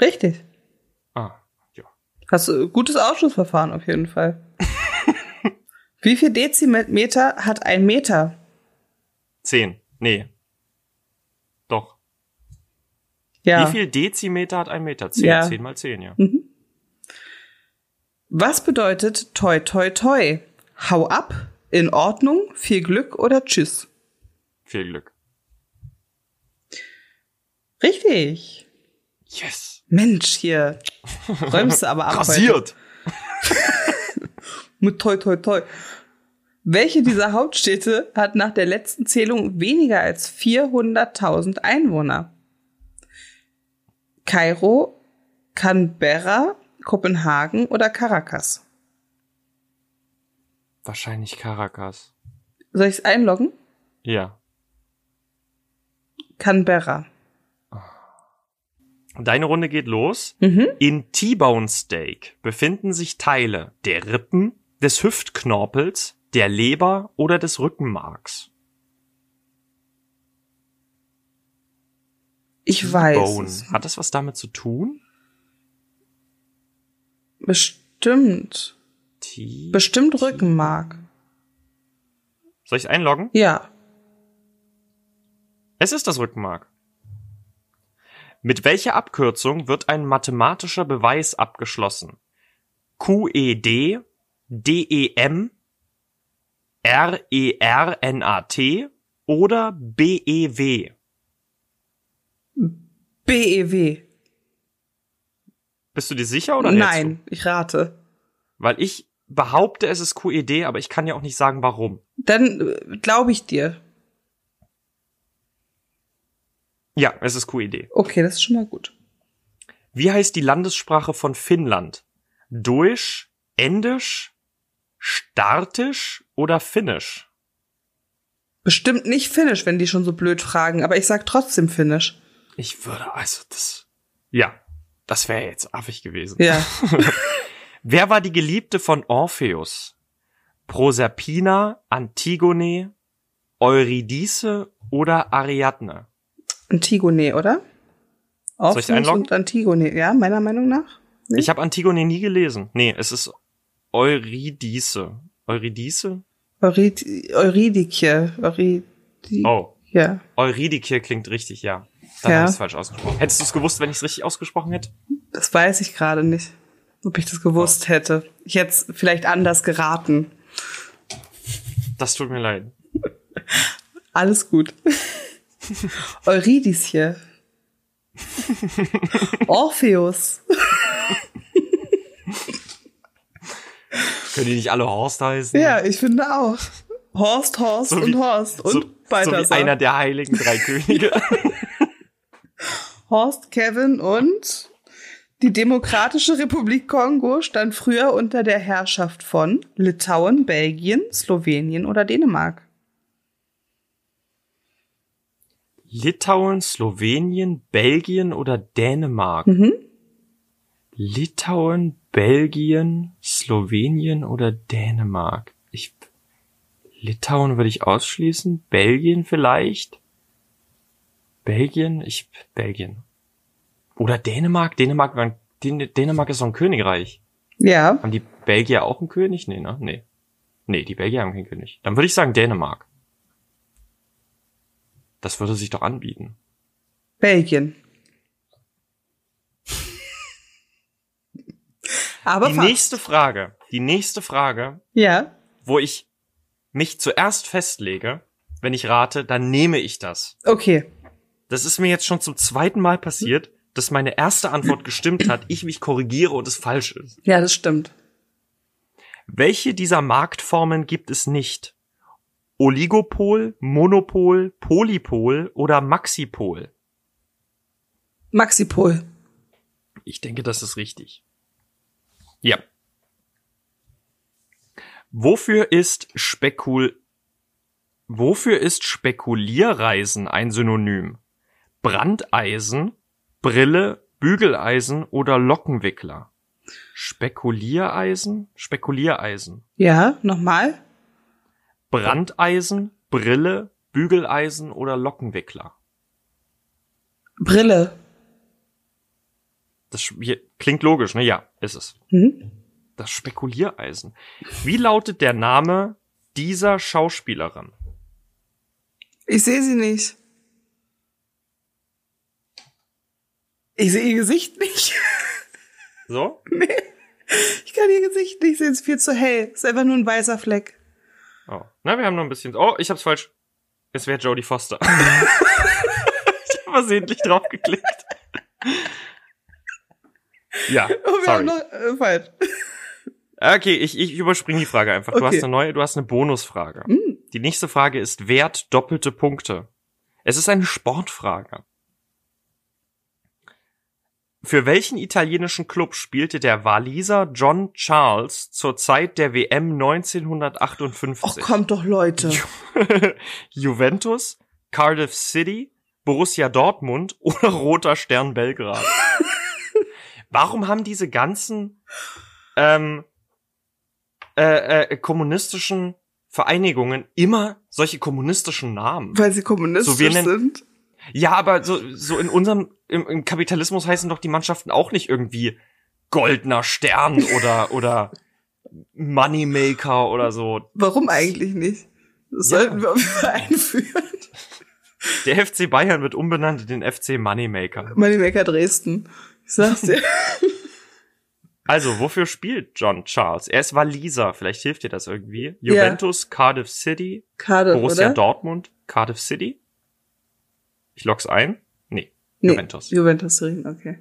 Speaker 2: Richtig.
Speaker 1: Ah, ja.
Speaker 2: Hast du gutes Ausschlussverfahren auf jeden Fall. Wie viel Dezimeter hat ein Meter?
Speaker 1: Zehn. Nee. Doch.
Speaker 2: Ja.
Speaker 1: Wie viel Dezimeter hat ein Meter? Zehn.
Speaker 2: Ja.
Speaker 1: Zehn mal zehn, ja.
Speaker 2: Was bedeutet toi toi toi? Hau ab, in Ordnung, viel Glück oder tschüss?
Speaker 1: Viel Glück.
Speaker 2: Richtig.
Speaker 1: Yes.
Speaker 2: Mensch, hier räumst du aber ab. heute.
Speaker 1: Rasiert.
Speaker 2: Mit toi toi toi. Welche dieser Hauptstädte hat nach der letzten Zählung weniger als 400.000 Einwohner? Kairo, Canberra, Kopenhagen oder Caracas?
Speaker 1: Wahrscheinlich Caracas.
Speaker 2: Soll ich es einloggen?
Speaker 1: Ja.
Speaker 2: Canberra.
Speaker 1: Deine Runde geht los.
Speaker 2: Mhm.
Speaker 1: In T-Bone Steak befinden sich Teile der Rippen, des Hüftknorpels, der Leber oder des Rückenmarks.
Speaker 2: Ich weiß.
Speaker 1: Bone.
Speaker 2: es.
Speaker 1: Hat das was damit zu tun?
Speaker 2: Bestimmt.
Speaker 1: T
Speaker 2: Bestimmt Rückenmark.
Speaker 1: Soll ich einloggen?
Speaker 2: Ja.
Speaker 1: Es ist das Rückenmark. Mit welcher Abkürzung wird ein mathematischer Beweis abgeschlossen? E QED, DEM, E RERNAT oder E BEW?
Speaker 2: BEW.
Speaker 1: Bist du dir sicher oder rätst
Speaker 2: Nein, ich rate.
Speaker 1: Du? Weil ich behaupte, es ist QED, aber ich kann ja auch nicht sagen, warum.
Speaker 2: Dann glaube ich dir.
Speaker 1: Ja, es ist QED.
Speaker 2: Okay, das ist schon mal gut.
Speaker 1: Wie heißt die Landessprache von Finnland? Deutsch, Endisch, Startisch oder Finnisch?
Speaker 2: Bestimmt nicht Finnisch, wenn die schon so blöd fragen, aber ich sag trotzdem Finnisch.
Speaker 1: Ich würde also das. Ja, das wäre jetzt affig gewesen.
Speaker 2: Ja.
Speaker 1: Wer war die Geliebte von Orpheus? Proserpina, Antigone, Eurydice oder Ariadne?
Speaker 2: Antigone, oder?
Speaker 1: Soll ich einloggen?
Speaker 2: und Antigone, ja, meiner Meinung nach. Nee?
Speaker 1: Ich habe Antigone nie gelesen. Nee, es ist Eurydice. Eurydice?
Speaker 2: Eurid Euridike. Euridike.
Speaker 1: Oh.
Speaker 2: Ja.
Speaker 1: Eurydike klingt richtig, ja. Dann
Speaker 2: Ja.
Speaker 1: habe ich es falsch ausgesprochen. Hättest du es gewusst, wenn ich es richtig ausgesprochen hätte?
Speaker 2: Das weiß ich gerade nicht, ob ich das
Speaker 1: Oh.
Speaker 2: gewusst hätte. Ich hätte es vielleicht anders geraten.
Speaker 1: Das tut mir leid.
Speaker 2: Alles gut. Euridis hier. Orpheus.
Speaker 1: Können die nicht alle Horst heißen?
Speaker 2: Ja, ich finde auch. Horst, Horst
Speaker 1: So wie-
Speaker 2: und Horst und
Speaker 1: so, so
Speaker 2: Balthasar.
Speaker 1: wie einer der heiligen drei Könige.
Speaker 2: Horst, Kevin und die Demokratische Republik Kongo stand früher unter der Herrschaft von Litauen, Belgien, Slowenien oder Dänemark.
Speaker 1: Litauen, Slowenien, Belgien oder Dänemark?
Speaker 2: Mhm.
Speaker 1: Litauen, Belgien, Slowenien oder Dänemark? Ich, Litauen würde ich ausschließen. Belgien vielleicht? Belgien? Ich, Belgien. Oder Dänemark? Dänemark, war ein- Dän- Dänemark ist so ein Königreich.
Speaker 2: Ja,
Speaker 1: Haben die Belgier auch einen König? Nee, ne? Nee. Nee, die Belgier haben keinen König. Dann würde ich sagen Dänemark. Das würde sich doch anbieten.
Speaker 2: Belgien. Aber
Speaker 1: die
Speaker 2: fast.
Speaker 1: nächste Frage, die nächste Frage,
Speaker 2: Ja,
Speaker 1: wo ich mich zuerst festlege, wenn ich rate, dann nehme ich das.
Speaker 2: okay.
Speaker 1: Das ist mir jetzt schon zum zweiten Mal passiert, dass meine erste Antwort gestimmt hat, ich mich korrigiere und es falsch ist.
Speaker 2: Ja, das stimmt.
Speaker 1: Welche dieser Marktformen gibt es nicht? Oligopol, Monopol, Polypol oder Maxipol?
Speaker 2: Maxipol.
Speaker 1: Ich denke, das ist richtig. Ja. Wofür ist Spekul Wofür ist Spekulierreisen ein Synonym? Brandeisen, Brille, Bügeleisen oder Lockenwickler? Spekuliereisen, Spekuliereisen.
Speaker 2: Ja, nochmal.
Speaker 1: Brandeisen, Brille, Bügeleisen oder Lockenwickler.
Speaker 2: Brille.
Speaker 1: Das sch- hier- klingt logisch, ne? Ja, ist es.
Speaker 2: Hm?
Speaker 1: Das Spekuliereisen. Wie lautet der Name dieser Schauspielerin?
Speaker 2: Ich sehe sie nicht. Ich sehe ihr Gesicht nicht.
Speaker 1: So?
Speaker 2: Ich kann ihr Gesicht nicht sehen, es ist viel zu hell. Es ist einfach nur ein weißer Fleck.
Speaker 1: Oh. Na, wir haben noch ein bisschen. Oh, ich hab's falsch. Es wäre Jodie Foster. ich hab versehentlich drauf geklickt. Ja,
Speaker 2: Und wir haben
Speaker 1: sorry.
Speaker 2: noch, äh, falsch.
Speaker 1: Ah, Okay, ich, ich überspringe die Frage einfach. Du
Speaker 2: Okay.
Speaker 1: hast eine neue, du hast eine Bonusfrage. Die nächste Frage ist Wert doppelte Punkte. Es ist eine Sportfrage. Für welchen italienischen Club spielte der Waliser John Charles zur Zeit der WM
Speaker 2: Och,
Speaker 1: 1958?
Speaker 2: kommt doch, Leute.
Speaker 1: Juventus, Cardiff City, Borussia Dortmund oder Roter Stern Belgrad? Warum haben diese ganzen ähm, äh, äh, kommunistischen Vereinigungen immer solche kommunistischen Namen?
Speaker 2: Weil sie kommunistisch
Speaker 1: So, wir nennen-
Speaker 2: sind.
Speaker 1: Ja, aber so, so in unserem, im, im Kapitalismus heißen doch die Mannschaften auch nicht irgendwie goldener Stern oder, oder Moneymaker oder so.
Speaker 2: Warum eigentlich nicht? Das
Speaker 1: Ja.
Speaker 2: sollten wir auf jeden Fall einführen.
Speaker 1: Der FC Bayern wird umbenannt in den FC Moneymaker.
Speaker 2: Moneymaker Dresden. Ich sag's dir.
Speaker 1: Also, wofür spielt John Charles? Er ist Waliser, vielleicht hilft dir das irgendwie.
Speaker 2: Ja.
Speaker 1: Juventus, Cardiff City,
Speaker 2: Cardiff,
Speaker 1: Borussia
Speaker 2: oder?
Speaker 1: Dortmund, Cardiff City. Ich log's ein. Nee,
Speaker 2: Nee,
Speaker 1: Juventus.
Speaker 2: Juventus Turin, okay.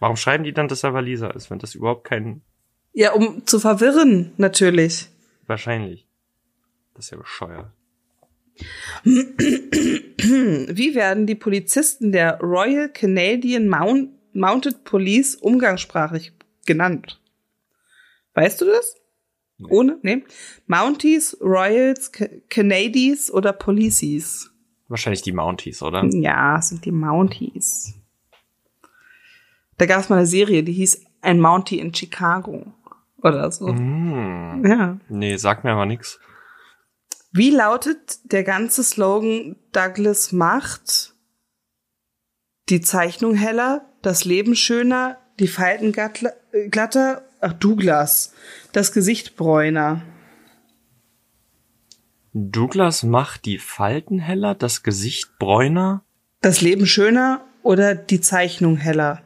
Speaker 1: Warum schreiben die dann, dass er Waliser ist, wenn das überhaupt kein,
Speaker 2: Ja, um zu verwirren, natürlich.
Speaker 1: wahrscheinlich. Das ist ja bescheuert.
Speaker 2: Hm, Wie werden die Polizisten der Royal Canadian Mount Mounted Police umgangssprachlich genannt? Weißt du das?
Speaker 1: Nee.
Speaker 2: Ohne? Nee. Mounties, Royals, Ca- Canadies oder Policies?
Speaker 1: Wahrscheinlich die Mounties, oder?
Speaker 2: Ja, es sind die Mounties. Da gab es mal eine Serie, die hieß Ein Mountie in Chicago oder so.
Speaker 1: Mm.
Speaker 2: Ja.
Speaker 1: Nee, sagt mir aber nix.
Speaker 2: Wie lautet der ganze Slogan Douglas macht die Zeichnung heller, das Leben schöner, die Falten gattl- äh, glatter, ach Douglas, das Gesicht bräuner.
Speaker 1: Douglas macht die Falten heller, das Gesicht bräuner.
Speaker 2: Das Leben schöner oder die Zeichnung heller?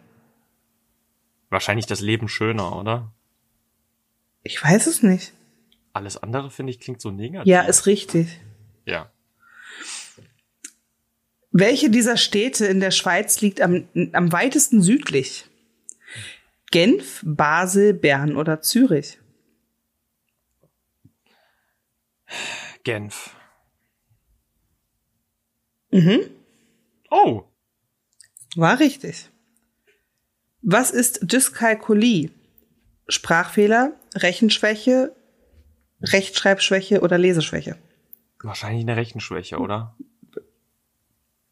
Speaker 1: Wahrscheinlich das Leben schöner, oder?
Speaker 2: Ich weiß es nicht.
Speaker 1: Alles andere, finde ich, klingt so negativ.
Speaker 2: Ja, ist richtig.
Speaker 1: Ja.
Speaker 2: Welche dieser Städte in der Schweiz liegt am, am weitesten südlich? Genf, Basel, Bern oder Zürich?
Speaker 1: Genf.
Speaker 2: Mhm.
Speaker 1: Oh!
Speaker 2: War richtig. Was ist Dyskalkulie? Sprachfehler, Rechenschwäche, Rechtschreibschwäche oder Leseschwäche?
Speaker 1: Wahrscheinlich eine Rechenschwäche, oder?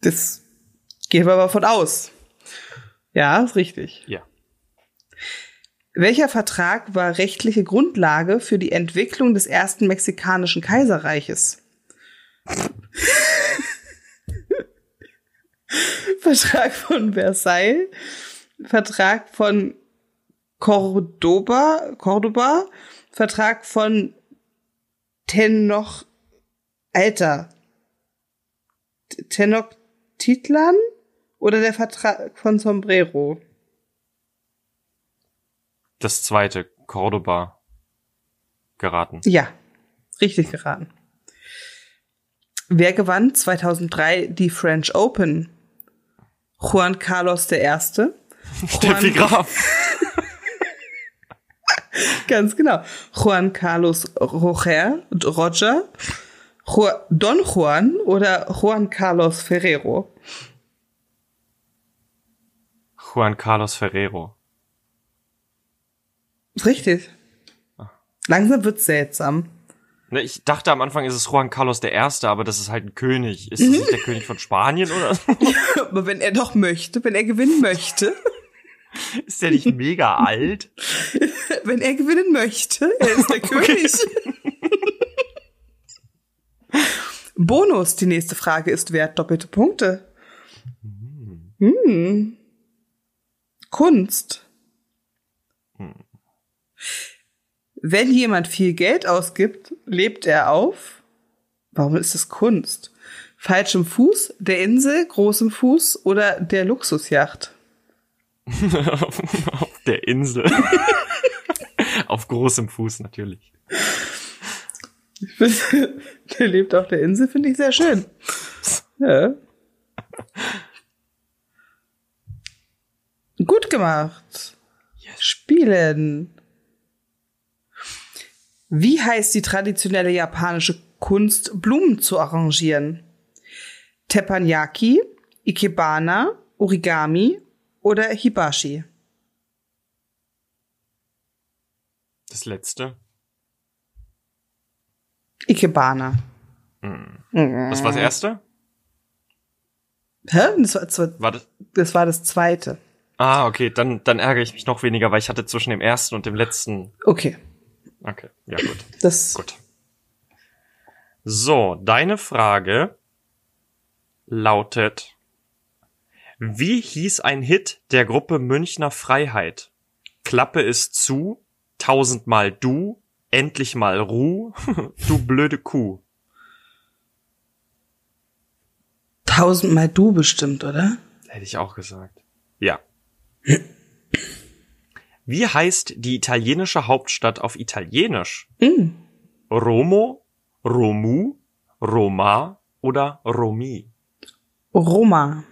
Speaker 2: Das gehen wir aber von aus. Ja, ist richtig.
Speaker 1: Ja.
Speaker 2: Welcher Vertrag war rechtliche Grundlage für die Entwicklung des ersten mexikanischen Kaiserreiches? Vertrag von Versailles, Vertrag von Cordoba, Cordoba, Vertrag von Tenoch, Alter, Tenochtitlan oder der Vertrag von Sombrero?
Speaker 1: Das zweite, Cordoba. Geraten.
Speaker 2: Ja, richtig geraten. Wer gewann 2003 die French Open? Juan Carlos I.
Speaker 1: Steffi Graf.
Speaker 2: Ganz genau. Juan Carlos Roger, Roger, Ju- Don Juan oder Juan Carlos Ferrero?
Speaker 1: Juan Carlos Ferrero.
Speaker 2: Ist richtig. Ah. Langsam wird's seltsam.
Speaker 1: Ne, ich dachte am Anfang ist es Juan Carlos der Erste, aber das ist halt ein König. Ist das nicht der König von Spanien oder so?
Speaker 2: Aber wenn er doch möchte, wenn er gewinnen möchte,
Speaker 1: Ist der nicht mega alt?
Speaker 2: wenn er gewinnen möchte, er ist der König. Bonus, die nächste Frage ist wert doppelte Punkte. Hm. Kunst. Wenn jemand viel Geld ausgibt, lebt er auf. Warum ist es Kunst? Falschem Fuß, der Insel, großem Fuß oder der Luxusjacht?
Speaker 1: Auf der Insel. Auf großem Fuß natürlich.
Speaker 2: Ich finde, der lebt auf der Insel, finde ich sehr schön. Ja. Gut gemacht. Spielen. Wie heißt die traditionelle japanische Kunst, Blumen zu arrangieren? Teppanyaki, Ikebana, Origami oder Hibashi?
Speaker 1: Das letzte.
Speaker 2: Ikebana.
Speaker 1: Was war das erste?
Speaker 2: Hä? Das war das, war,
Speaker 1: War das?
Speaker 2: das, war das zweite.
Speaker 1: Ah, okay, dann, dann ärgere ich mich noch weniger, weil ich hatte zwischen dem ersten und dem letzten.
Speaker 2: Okay.
Speaker 1: Okay, ja gut.
Speaker 2: Das.
Speaker 1: Gut. So, deine Frage lautet, wie hieß ein Hit der Gruppe Münchner Freiheit? Klappe ist zu, tausendmal du, endlich mal Ruh, du blöde Kuh.
Speaker 2: Tausendmal du bestimmt, oder?
Speaker 1: Hätte ich auch gesagt. Ja. Wie heißt die italienische Hauptstadt auf Italienisch? Romo, Romu, Roma oder Romi?
Speaker 2: Roma.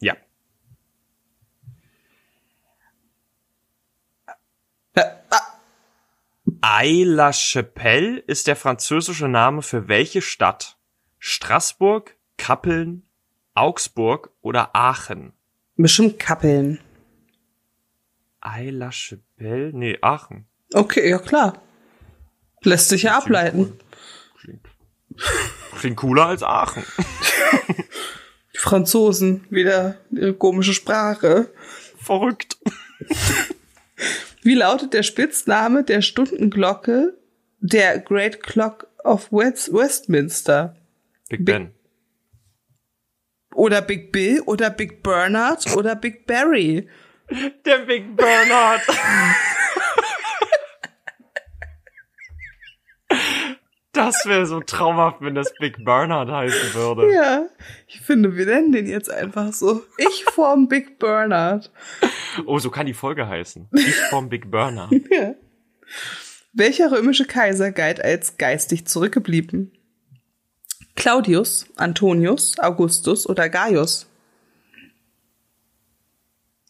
Speaker 1: Ja. Aix-la-Chapelle ist der französische Name für welche Stadt? Straßburg, Kappeln, Augsburg oder Aachen?
Speaker 2: Bestimmt Kappeln.
Speaker 1: Aix-la-Chapelle? Nee, Aachen.
Speaker 2: Okay, ja klar. Lässt sich ja ableiten.
Speaker 1: Klingt, klingt cooler als Aachen.
Speaker 2: Die Franzosen, wieder ihre komische Sprache.
Speaker 1: Verrückt.
Speaker 2: Wie lautet der Spitzname der Stundenglocke der Great Clock of West Westminster?
Speaker 1: Big Ben.
Speaker 2: Oder Big Bill oder Big Bernard oder Big Barry?
Speaker 1: Der Big Bernard. Das wäre so traumhaft, wenn das Big Bernard heißen würde.
Speaker 2: Ja, ich finde, wir nennen den jetzt einfach so. Ich form Big Bernard.
Speaker 1: Oh, so kann die Folge heißen. Ich vom Big Bernard.
Speaker 2: Ja. Welcher römische Kaiser galt als geistig zurückgeblieben? Claudius, Antonius, Augustus oder Gaius?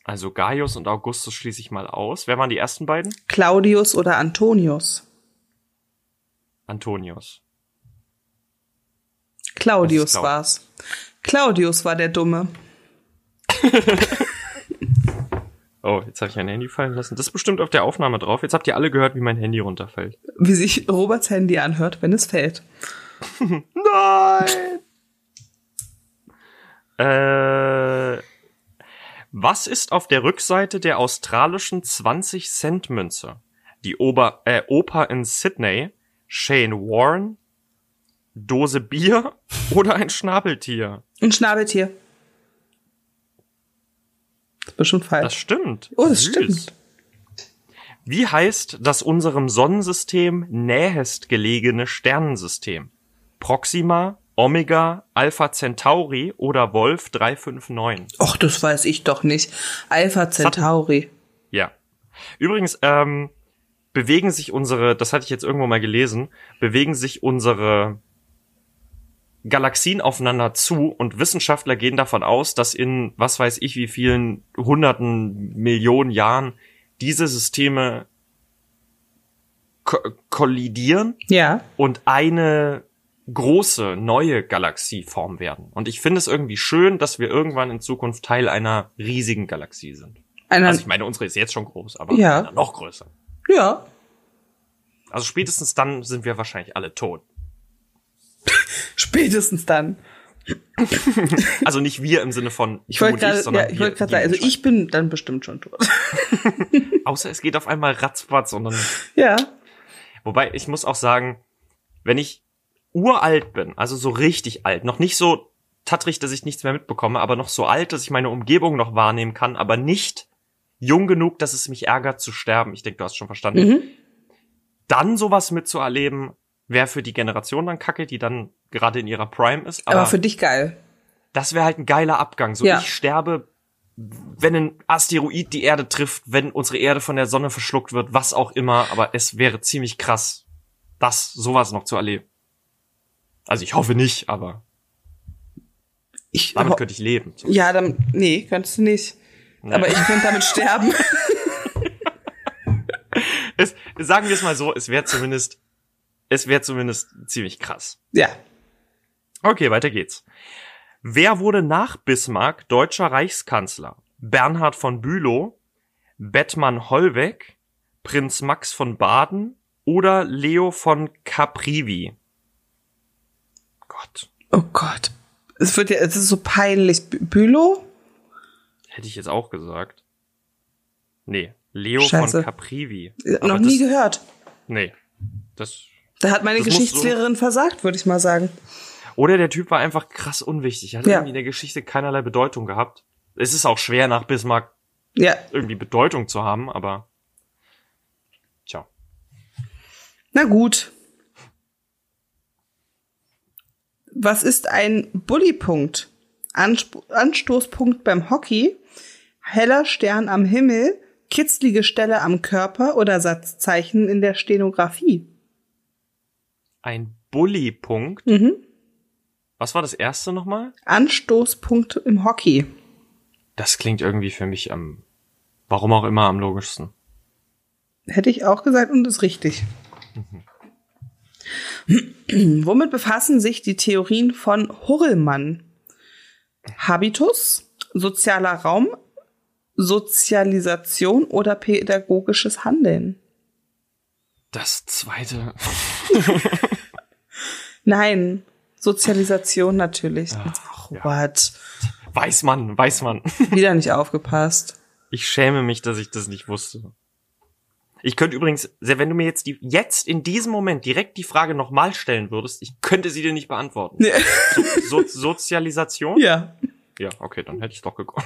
Speaker 1: Also Gaius und Augustus schließe ich mal aus. Wer waren die ersten beiden?
Speaker 2: Claudius oder Antonius?
Speaker 1: Antonius.
Speaker 2: Claudius
Speaker 1: Das ist Clau-
Speaker 2: war's. Claudius war der Dumme.
Speaker 1: Oh, jetzt habe ich ein Handy fallen lassen. Das ist bestimmt auf der Aufnahme drauf. Jetzt habt ihr alle gehört, wie mein Handy runterfällt.
Speaker 2: Wie sich Roberts Handy anhört, wenn es fällt.
Speaker 1: Nein! äh, was ist auf der Rückseite der australischen 20-Cent-Münze? Die Ober äh, Oper in Sydney, Shane Warren, Dose Bier oder ein Schnabeltier?
Speaker 2: Ein Schnabeltier. Das ist bestimmt
Speaker 1: Das
Speaker 2: falsch.
Speaker 1: stimmt.
Speaker 2: oh, das stimmt.
Speaker 1: Wie heißt das unserem Sonnensystem nähest gelegene Sternensystem? Proxima, Omega, Alpha Centauri oder Wolf 359?
Speaker 2: Och, das weiß ich doch nicht. Alpha Centauri.
Speaker 1: Ja. Übrigens, ähm, bewegen sich unsere, das hatte ich jetzt irgendwo mal gelesen, bewegen sich unsere Galaxien aufeinander zu und Wissenschaftler gehen davon aus, dass in was weiß ich wie vielen hunderten Millionen Jahren diese Systeme ko kollidieren
Speaker 2: Ja.
Speaker 1: und eine große neue Galaxie formen werden. Und ich finde es irgendwie schön, dass wir irgendwann in Zukunft Teil einer riesigen Galaxie sind.
Speaker 2: Einer,
Speaker 1: Also ich meine, unsere ist jetzt schon groß, aber
Speaker 2: Ja.
Speaker 1: einer noch größer.
Speaker 2: ja.
Speaker 1: Also spätestens dann sind wir wahrscheinlich alle tot.
Speaker 2: Spätestens dann.
Speaker 1: Also nicht wir im Sinne von
Speaker 2: Ich
Speaker 1: du
Speaker 2: wollte
Speaker 1: und
Speaker 2: gerade
Speaker 1: sondern
Speaker 2: ja, ich
Speaker 1: wir,
Speaker 2: wollte gerade
Speaker 1: die
Speaker 2: sagen, also
Speaker 1: Menschheit.
Speaker 2: ich bin dann bestimmt schon tot.
Speaker 1: Außer es geht auf einmal ratzfatz und dann
Speaker 2: ja.
Speaker 1: Wobei, ich muss auch sagen, wenn ich uralt bin, also so richtig alt, noch nicht so tattrig, dass ich nichts mehr mitbekomme, aber noch so alt, dass ich meine Umgebung noch wahrnehmen kann, aber nicht jung genug, dass es mich ärgert zu sterben. Ich denke, du hast schon
Speaker 2: Mhm.
Speaker 1: verstanden. Dann sowas mitzuerleben, wäre für die Generation dann kacke, die dann gerade in ihrer Prime ist.
Speaker 2: Aber,
Speaker 1: Aber,
Speaker 2: für dich geil.
Speaker 1: das wäre halt ein geiler Abgang. So,
Speaker 2: Ja.
Speaker 1: ich sterbe, wenn ein Asteroid die Erde trifft, wenn unsere Erde von der Sonne verschluckt wird, was auch immer. Aber es wäre ziemlich krass, das, sowas noch zu erleben. Also ich hoffe nicht, aber
Speaker 2: Ich,
Speaker 1: damit
Speaker 2: aber-
Speaker 1: könnte ich leben. So.
Speaker 2: ja, dann, nee, könntest du nicht. Aber ich könnte damit sterben.
Speaker 1: Es, sagen wir es mal so, es wäre zumindest, es wäre zumindest ziemlich krass.
Speaker 2: ja.
Speaker 1: Okay, weiter geht's. Wer wurde nach Bismarck deutscher Reichskanzler? Bernhard von Bülow, Bettmann Hollweg, Prinz Max von Baden oder Leo von Caprivi? Gott,
Speaker 2: Oh Gott. Es wird ja, es ist so peinlich. B- Bülow?
Speaker 1: hätte ich jetzt auch gesagt. Nee, Leo
Speaker 2: Scheiße.
Speaker 1: von Caprivi.
Speaker 2: Äh,
Speaker 1: Aber
Speaker 2: Noch nie
Speaker 1: das,
Speaker 2: gehört.
Speaker 1: Nee, das
Speaker 2: Da hat meine
Speaker 1: Das musst du-
Speaker 2: Geschichtslehrerin versagt, würde ich mal sagen.
Speaker 1: Oder der Typ war einfach krass unwichtig. Er hat
Speaker 2: Ja.
Speaker 1: irgendwie in der Geschichte keinerlei Bedeutung gehabt. Es ist auch schwer, nach Bismarck
Speaker 2: Ja.
Speaker 1: irgendwie Bedeutung zu haben, aber. Tja.
Speaker 2: Na gut. Was ist ein Bullypunkt? Ansp Anstoßpunkt beim Hockey? Heller Stern am Himmel? Kitzlige Stelle am Körper oder Satzzeichen in der Stenografie?
Speaker 1: Ein Bully-Punkt.
Speaker 2: Mhm.
Speaker 1: Was war das erste nochmal?
Speaker 2: Anstoßpunkt im Hockey.
Speaker 1: Das klingt irgendwie für mich am. Warum auch immer am logischsten.
Speaker 2: Hätte ich auch gesagt und ist richtig. Womit befassen sich die Theorien von Hurrellmann? Habitus, sozialer Raum, Sozialisation oder pädagogisches Handeln?
Speaker 1: Das zweite.
Speaker 2: Nein, Sozialisation natürlich. Ach,
Speaker 1: ja.
Speaker 2: what?
Speaker 1: Weiß man, weiß man.
Speaker 2: Wieder nicht aufgepasst.
Speaker 1: Ich schäme mich, dass ich das nicht wusste. Ich könnte übrigens, sehr- wenn du mir jetzt die, jetzt in diesem Moment direkt die Frage nochmal stellen würdest, ich könnte sie dir nicht beantworten.
Speaker 2: Nee.
Speaker 1: So, so, Sozialisation?
Speaker 2: Ja.
Speaker 1: Ja, okay, dann hätte ich doch gekonnt.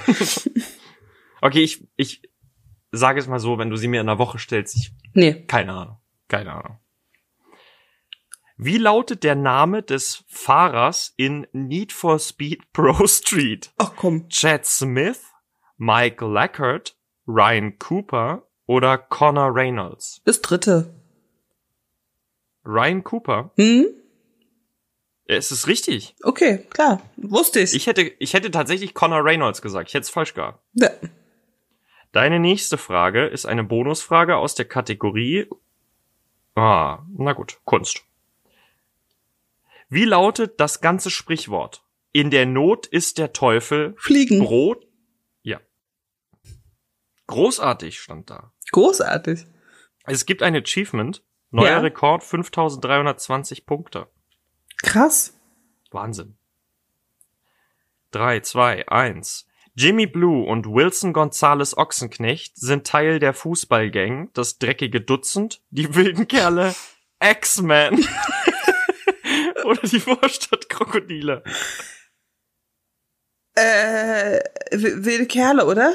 Speaker 1: okay, ich, ich sage es mal so, wenn du sie mir in einer Woche stellst, ich,
Speaker 2: Nee.
Speaker 1: keine Ahnung, keine Ahnung. Wie lautet der Name des Fahrers in Need for Speed Pro Street?
Speaker 2: Ach komm.
Speaker 1: Chad Smith, Mike Lackert, Ryan Cooper oder Connor Reynolds?
Speaker 2: Das dritte.
Speaker 1: Ryan Cooper?
Speaker 2: Hm?
Speaker 1: Es ist richtig.
Speaker 2: Okay, klar. Wusste ich.
Speaker 1: Ich hätte, ich hätte tatsächlich Connor Reynolds gesagt. Ich hätte es falsch gehabt.
Speaker 2: Ja.
Speaker 1: Deine nächste Frage ist eine Bonusfrage aus der Kategorie. Ah, na gut, Kunst. Wie lautet das ganze Sprichwort? In der Not ist der Teufel
Speaker 2: Fliegen.
Speaker 1: Brot. Ja. Großartig stand da.
Speaker 2: Großartig.
Speaker 1: Es gibt ein Achievement. Neuer
Speaker 2: Ja.
Speaker 1: Rekord 5320 Punkte.
Speaker 2: Krass.
Speaker 1: Wahnsinn. 3, 2, 1. Jimmy Blue und Wilson Gonzales Ochsenknecht sind Teil der Fußballgang, das dreckige Dutzend, die wilden Kerle, X-Men oder die Vorstadtkrokodile.
Speaker 2: Äh, w- wilde Kerle, oder?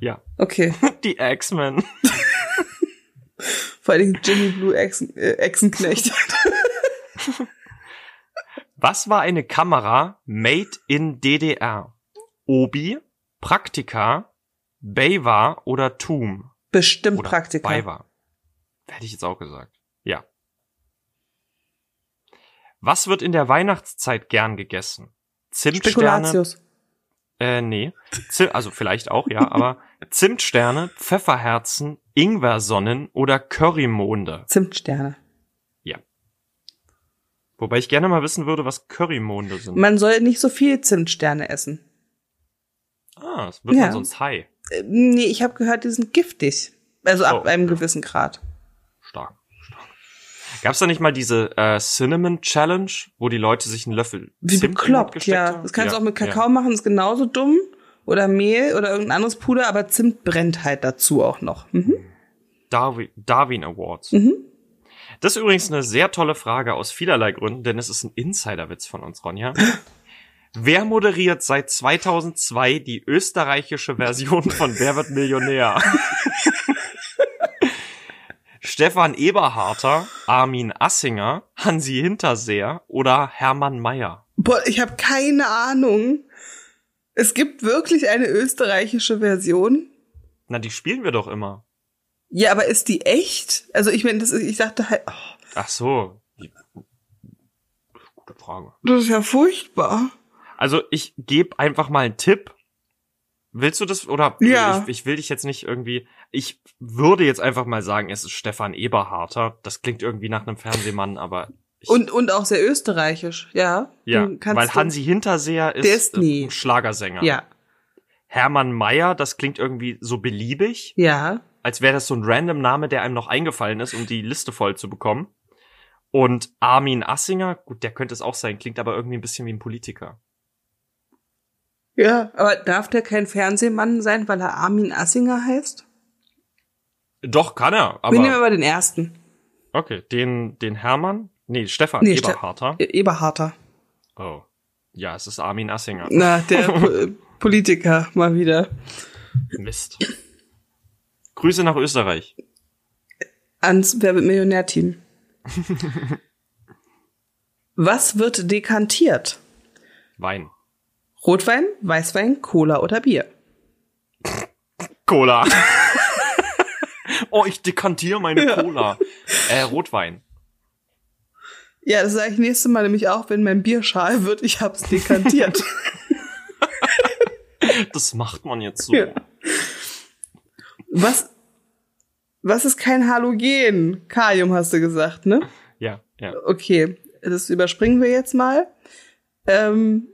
Speaker 1: Ja,
Speaker 2: Okay.
Speaker 1: die X-Men.
Speaker 2: Vor allem Jimmy Blue Echsen, äh, Echsenknecht.
Speaker 1: Was war eine Kamera made in DDR? Obi, Praktika, Baywa oder Tum?
Speaker 2: Bestimmt
Speaker 1: Oder
Speaker 2: Praktika.
Speaker 1: Baywa. Hätte ich jetzt auch gesagt. Ja. Was wird in der Weihnachtszeit gern gegessen? Zimtsterne.
Speaker 2: Spekulatius.
Speaker 1: Äh, nee. Zim also vielleicht auch, ja, aber Zimtsterne, Pfefferherzen, Ingwersonnen oder Currymonde.
Speaker 2: Zimtsterne.
Speaker 1: Wobei ich gerne mal wissen würde, was Currymonde sind.
Speaker 2: Man soll nicht so viel Zimtsterne essen.
Speaker 1: ah, das wird
Speaker 2: Ja.
Speaker 1: man sonst high.
Speaker 2: Äh, nee, ich habe gehört, die sind giftig. Also ab
Speaker 1: Oh,
Speaker 2: einem
Speaker 1: ja.
Speaker 2: gewissen Grad.
Speaker 1: Stark. Stark. Gab's da nicht mal diese äh, Cinnamon Challenge, wo die Leute sich einen Löffel
Speaker 2: Wie
Speaker 1: Zimt
Speaker 2: bekloppt,
Speaker 1: gesteckt
Speaker 2: ja.
Speaker 1: haben?
Speaker 2: Das kannst du
Speaker 1: Ja,
Speaker 2: auch mit Kakao
Speaker 1: ja.
Speaker 2: machen, ist genauso dumm. Oder Mehl oder irgendein anderes Puder, aber Zimt brennt halt dazu auch noch. Mhm.
Speaker 1: Darwin, Darwin Awards.
Speaker 2: Mhm.
Speaker 1: Das ist übrigens eine sehr tolle Frage aus vielerlei Gründen, denn es ist ein Insiderwitz von uns, Ronja. Wer moderiert seit 2002 die österreichische Version von Wer wird Millionär? Stefan Eberharter, Armin Assinger, Hansi Hinterseer oder Hermann Mayer?
Speaker 2: Boah, ich habe keine Ahnung. Es gibt wirklich eine österreichische Version.
Speaker 1: Na, die spielen wir doch immer.
Speaker 2: Ja, aber ist die echt? Also ich meine, das ist, ich dachte halt, oh,
Speaker 1: Ach so. Die- Gute Frage.
Speaker 2: das ist ja furchtbar.
Speaker 1: Also ich gebe einfach mal einen Tipp. Willst du das oder
Speaker 2: Ja.
Speaker 1: ich, ich will dich jetzt nicht irgendwie. Ich würde jetzt einfach mal sagen, es ist Stefan Eberharter. Das klingt irgendwie nach einem Fernsehmann, aber Ich-
Speaker 2: Und, und auch sehr österreichisch, ja.
Speaker 1: Ja,
Speaker 2: Den Hm, kannst
Speaker 1: weil
Speaker 2: du-
Speaker 1: Hansi Hinterseher ist,
Speaker 2: Der ist
Speaker 1: äh,
Speaker 2: nie.
Speaker 1: Schlagersänger.
Speaker 2: Ja,
Speaker 1: Hermann Mayer, das klingt irgendwie so beliebig,
Speaker 2: ja.
Speaker 1: als wäre das so ein random Name, der einem noch eingefallen ist, um die Liste voll zu bekommen. Und Armin Assinger, gut, der könnte es auch sein, klingt aber irgendwie ein bisschen wie ein Politiker.
Speaker 2: Ja. Aber darf der kein Fernsehmann sein, weil er Armin Assinger heißt?
Speaker 1: Doch, kann er,
Speaker 2: Wir nehmen
Speaker 1: aber
Speaker 2: aber den ersten.
Speaker 1: okay, den, den Hermann, nee, Stefan
Speaker 2: Nee, Ste-
Speaker 1: Eberharter.
Speaker 2: E- Eberharter.
Speaker 1: Oh. Ja, es ist Armin Assinger.
Speaker 2: Na, der Po- Politiker mal wieder.
Speaker 1: Mist. Grüße nach Österreich.
Speaker 2: Ans Wer wird Millionär-Team. Was wird dekantiert?
Speaker 1: Wein.
Speaker 2: Rotwein, Weißwein, Cola oder Bier?
Speaker 1: Cola. oh, ich dekantiere meine Cola. Äh, Rotwein.
Speaker 2: Ja, das sage ich nächstes Mal nämlich auch, wenn mein Bier schal wird, ich hab's dekantiert.
Speaker 1: Das macht man jetzt so.
Speaker 2: Ja. was, was ist kein Halogen? Kalium hast du gesagt, ne?
Speaker 1: Ja, ja.
Speaker 2: Okay, das überspringen wir jetzt mal. Ähm,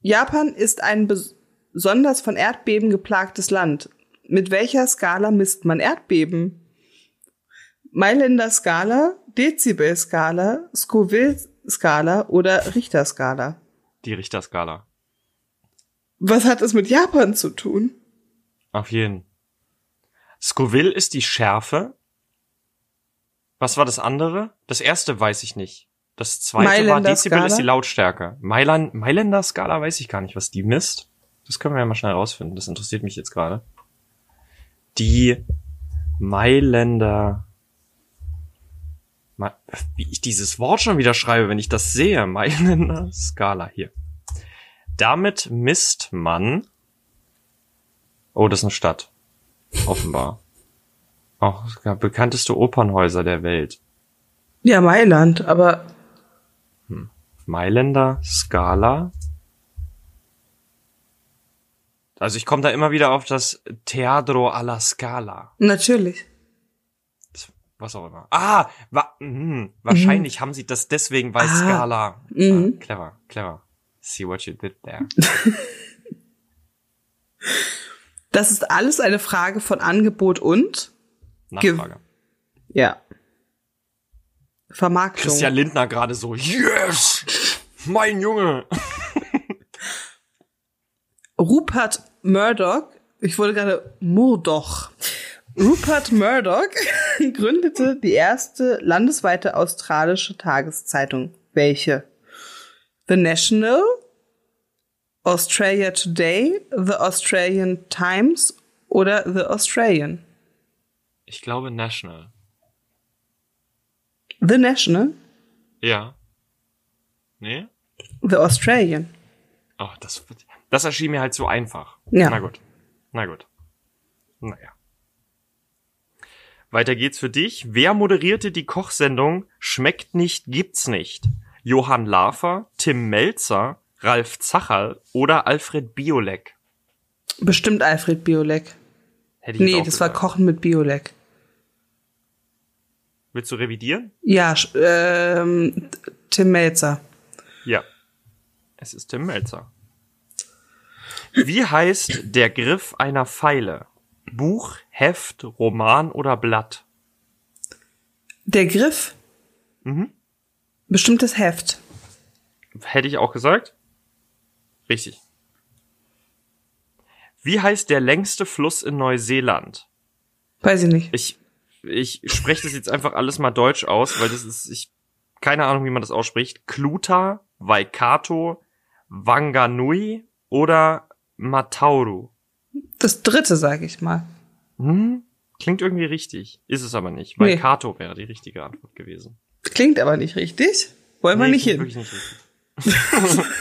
Speaker 2: Japan ist ein bes- besonders von Erdbeben geplagtes Land. Mit welcher Skala misst man Erdbeben? Mailänder Skala, Dezibel Skala, Scoville Skala oder Richter Skala?
Speaker 1: Die Richterskala.
Speaker 2: Was hat es mit Japan zu tun?
Speaker 1: Auf jeden. Scoville ist die Schärfe. Was war das andere? Das erste weiß ich nicht. Das zweite war
Speaker 2: Mailänder
Speaker 1: Dezibel ist
Speaker 2: Skala?
Speaker 1: die Lautstärke. Mailand, Mailänder Skala weiß ich gar nicht, was die misst. Das können wir ja mal schnell rausfinden. Das interessiert mich jetzt gerade. Die Mailänder. Ma Wie ich dieses Wort schon wieder schreibe, wenn ich das sehe. Mailänder Skala hier. Damit misst man. Oh, das ist eine Stadt. Offenbar. Auch ja, bekannteste Opernhäuser der Welt.
Speaker 2: Ja, Mailand, aber
Speaker 1: Mailänder Skala. Also ich komme da immer wieder auf das Teatro alla Scala.
Speaker 2: natürlich.
Speaker 1: Das- Was auch immer. Ah, wa mh, wahrscheinlich haben sie das deswegen bei
Speaker 2: Mhm. Ah,
Speaker 1: Scala. Ah,
Speaker 2: mhm.
Speaker 1: clever, clever. See what you did there.
Speaker 2: Das ist alles eine Frage von Angebot und? Ge-
Speaker 1: Nachfrage.
Speaker 2: Ja. Vermarktung.
Speaker 1: Christian Lindner gerade so, yes! Mein Junge!
Speaker 2: Rupert Murdoch, ich wollte gerade Murdoch. Rupert Murdoch gründete die erste landesweite australische Tageszeitung. Welche? The National, Australia Today, The Australian Times oder The Australian?
Speaker 1: Ich glaube National.
Speaker 2: The National,
Speaker 1: Ja. Nee?
Speaker 2: The Australian.
Speaker 1: Oh, das, das erschien mir halt so einfach.
Speaker 2: Ja.
Speaker 1: Na gut. Na gut. Naja. Weiter geht's für dich. Wer moderierte die Kochsendung Schmeckt nicht, gibt's nicht? Johann Lafer, Tim Melzer, Ralf Zacherl oder Alfred Biolek?
Speaker 2: Bestimmt Alfred Biolek.
Speaker 1: Hätte jetzt
Speaker 2: Nee,
Speaker 1: auch
Speaker 2: das war
Speaker 1: gesagt.
Speaker 2: Kochen mit Biolek.
Speaker 1: Willst du revidieren?
Speaker 2: Ja, sch- ähm, Tim Melzer.
Speaker 1: Ja. Es ist Tim Melzer. Wie heißt der Griff einer Pfeile? Buch, Heft, Roman oder Blatt?
Speaker 2: Der Griff.
Speaker 1: Mhm.
Speaker 2: Bestimmtes Heft.
Speaker 1: Hätte ich auch gesagt. Richtig. Wie heißt der längste Fluss in Neuseeland?
Speaker 2: Weiß ich nicht.
Speaker 1: Ich, ich spreche das jetzt einfach alles mal deutsch aus, weil das ist, ich, keine Ahnung, wie man das ausspricht. Kluta, Waikato, Wanganui oder Matauru?
Speaker 2: Das dritte, sage ich mal.
Speaker 1: Hm? Klingt irgendwie richtig. Ist es aber nicht.
Speaker 2: Nee.
Speaker 1: Waikato wäre die richtige Antwort gewesen.
Speaker 2: Klingt aber nicht richtig. Wollen wir
Speaker 1: Nee,
Speaker 2: nicht
Speaker 1: klingt
Speaker 2: hin.
Speaker 1: wirklich nicht richtig.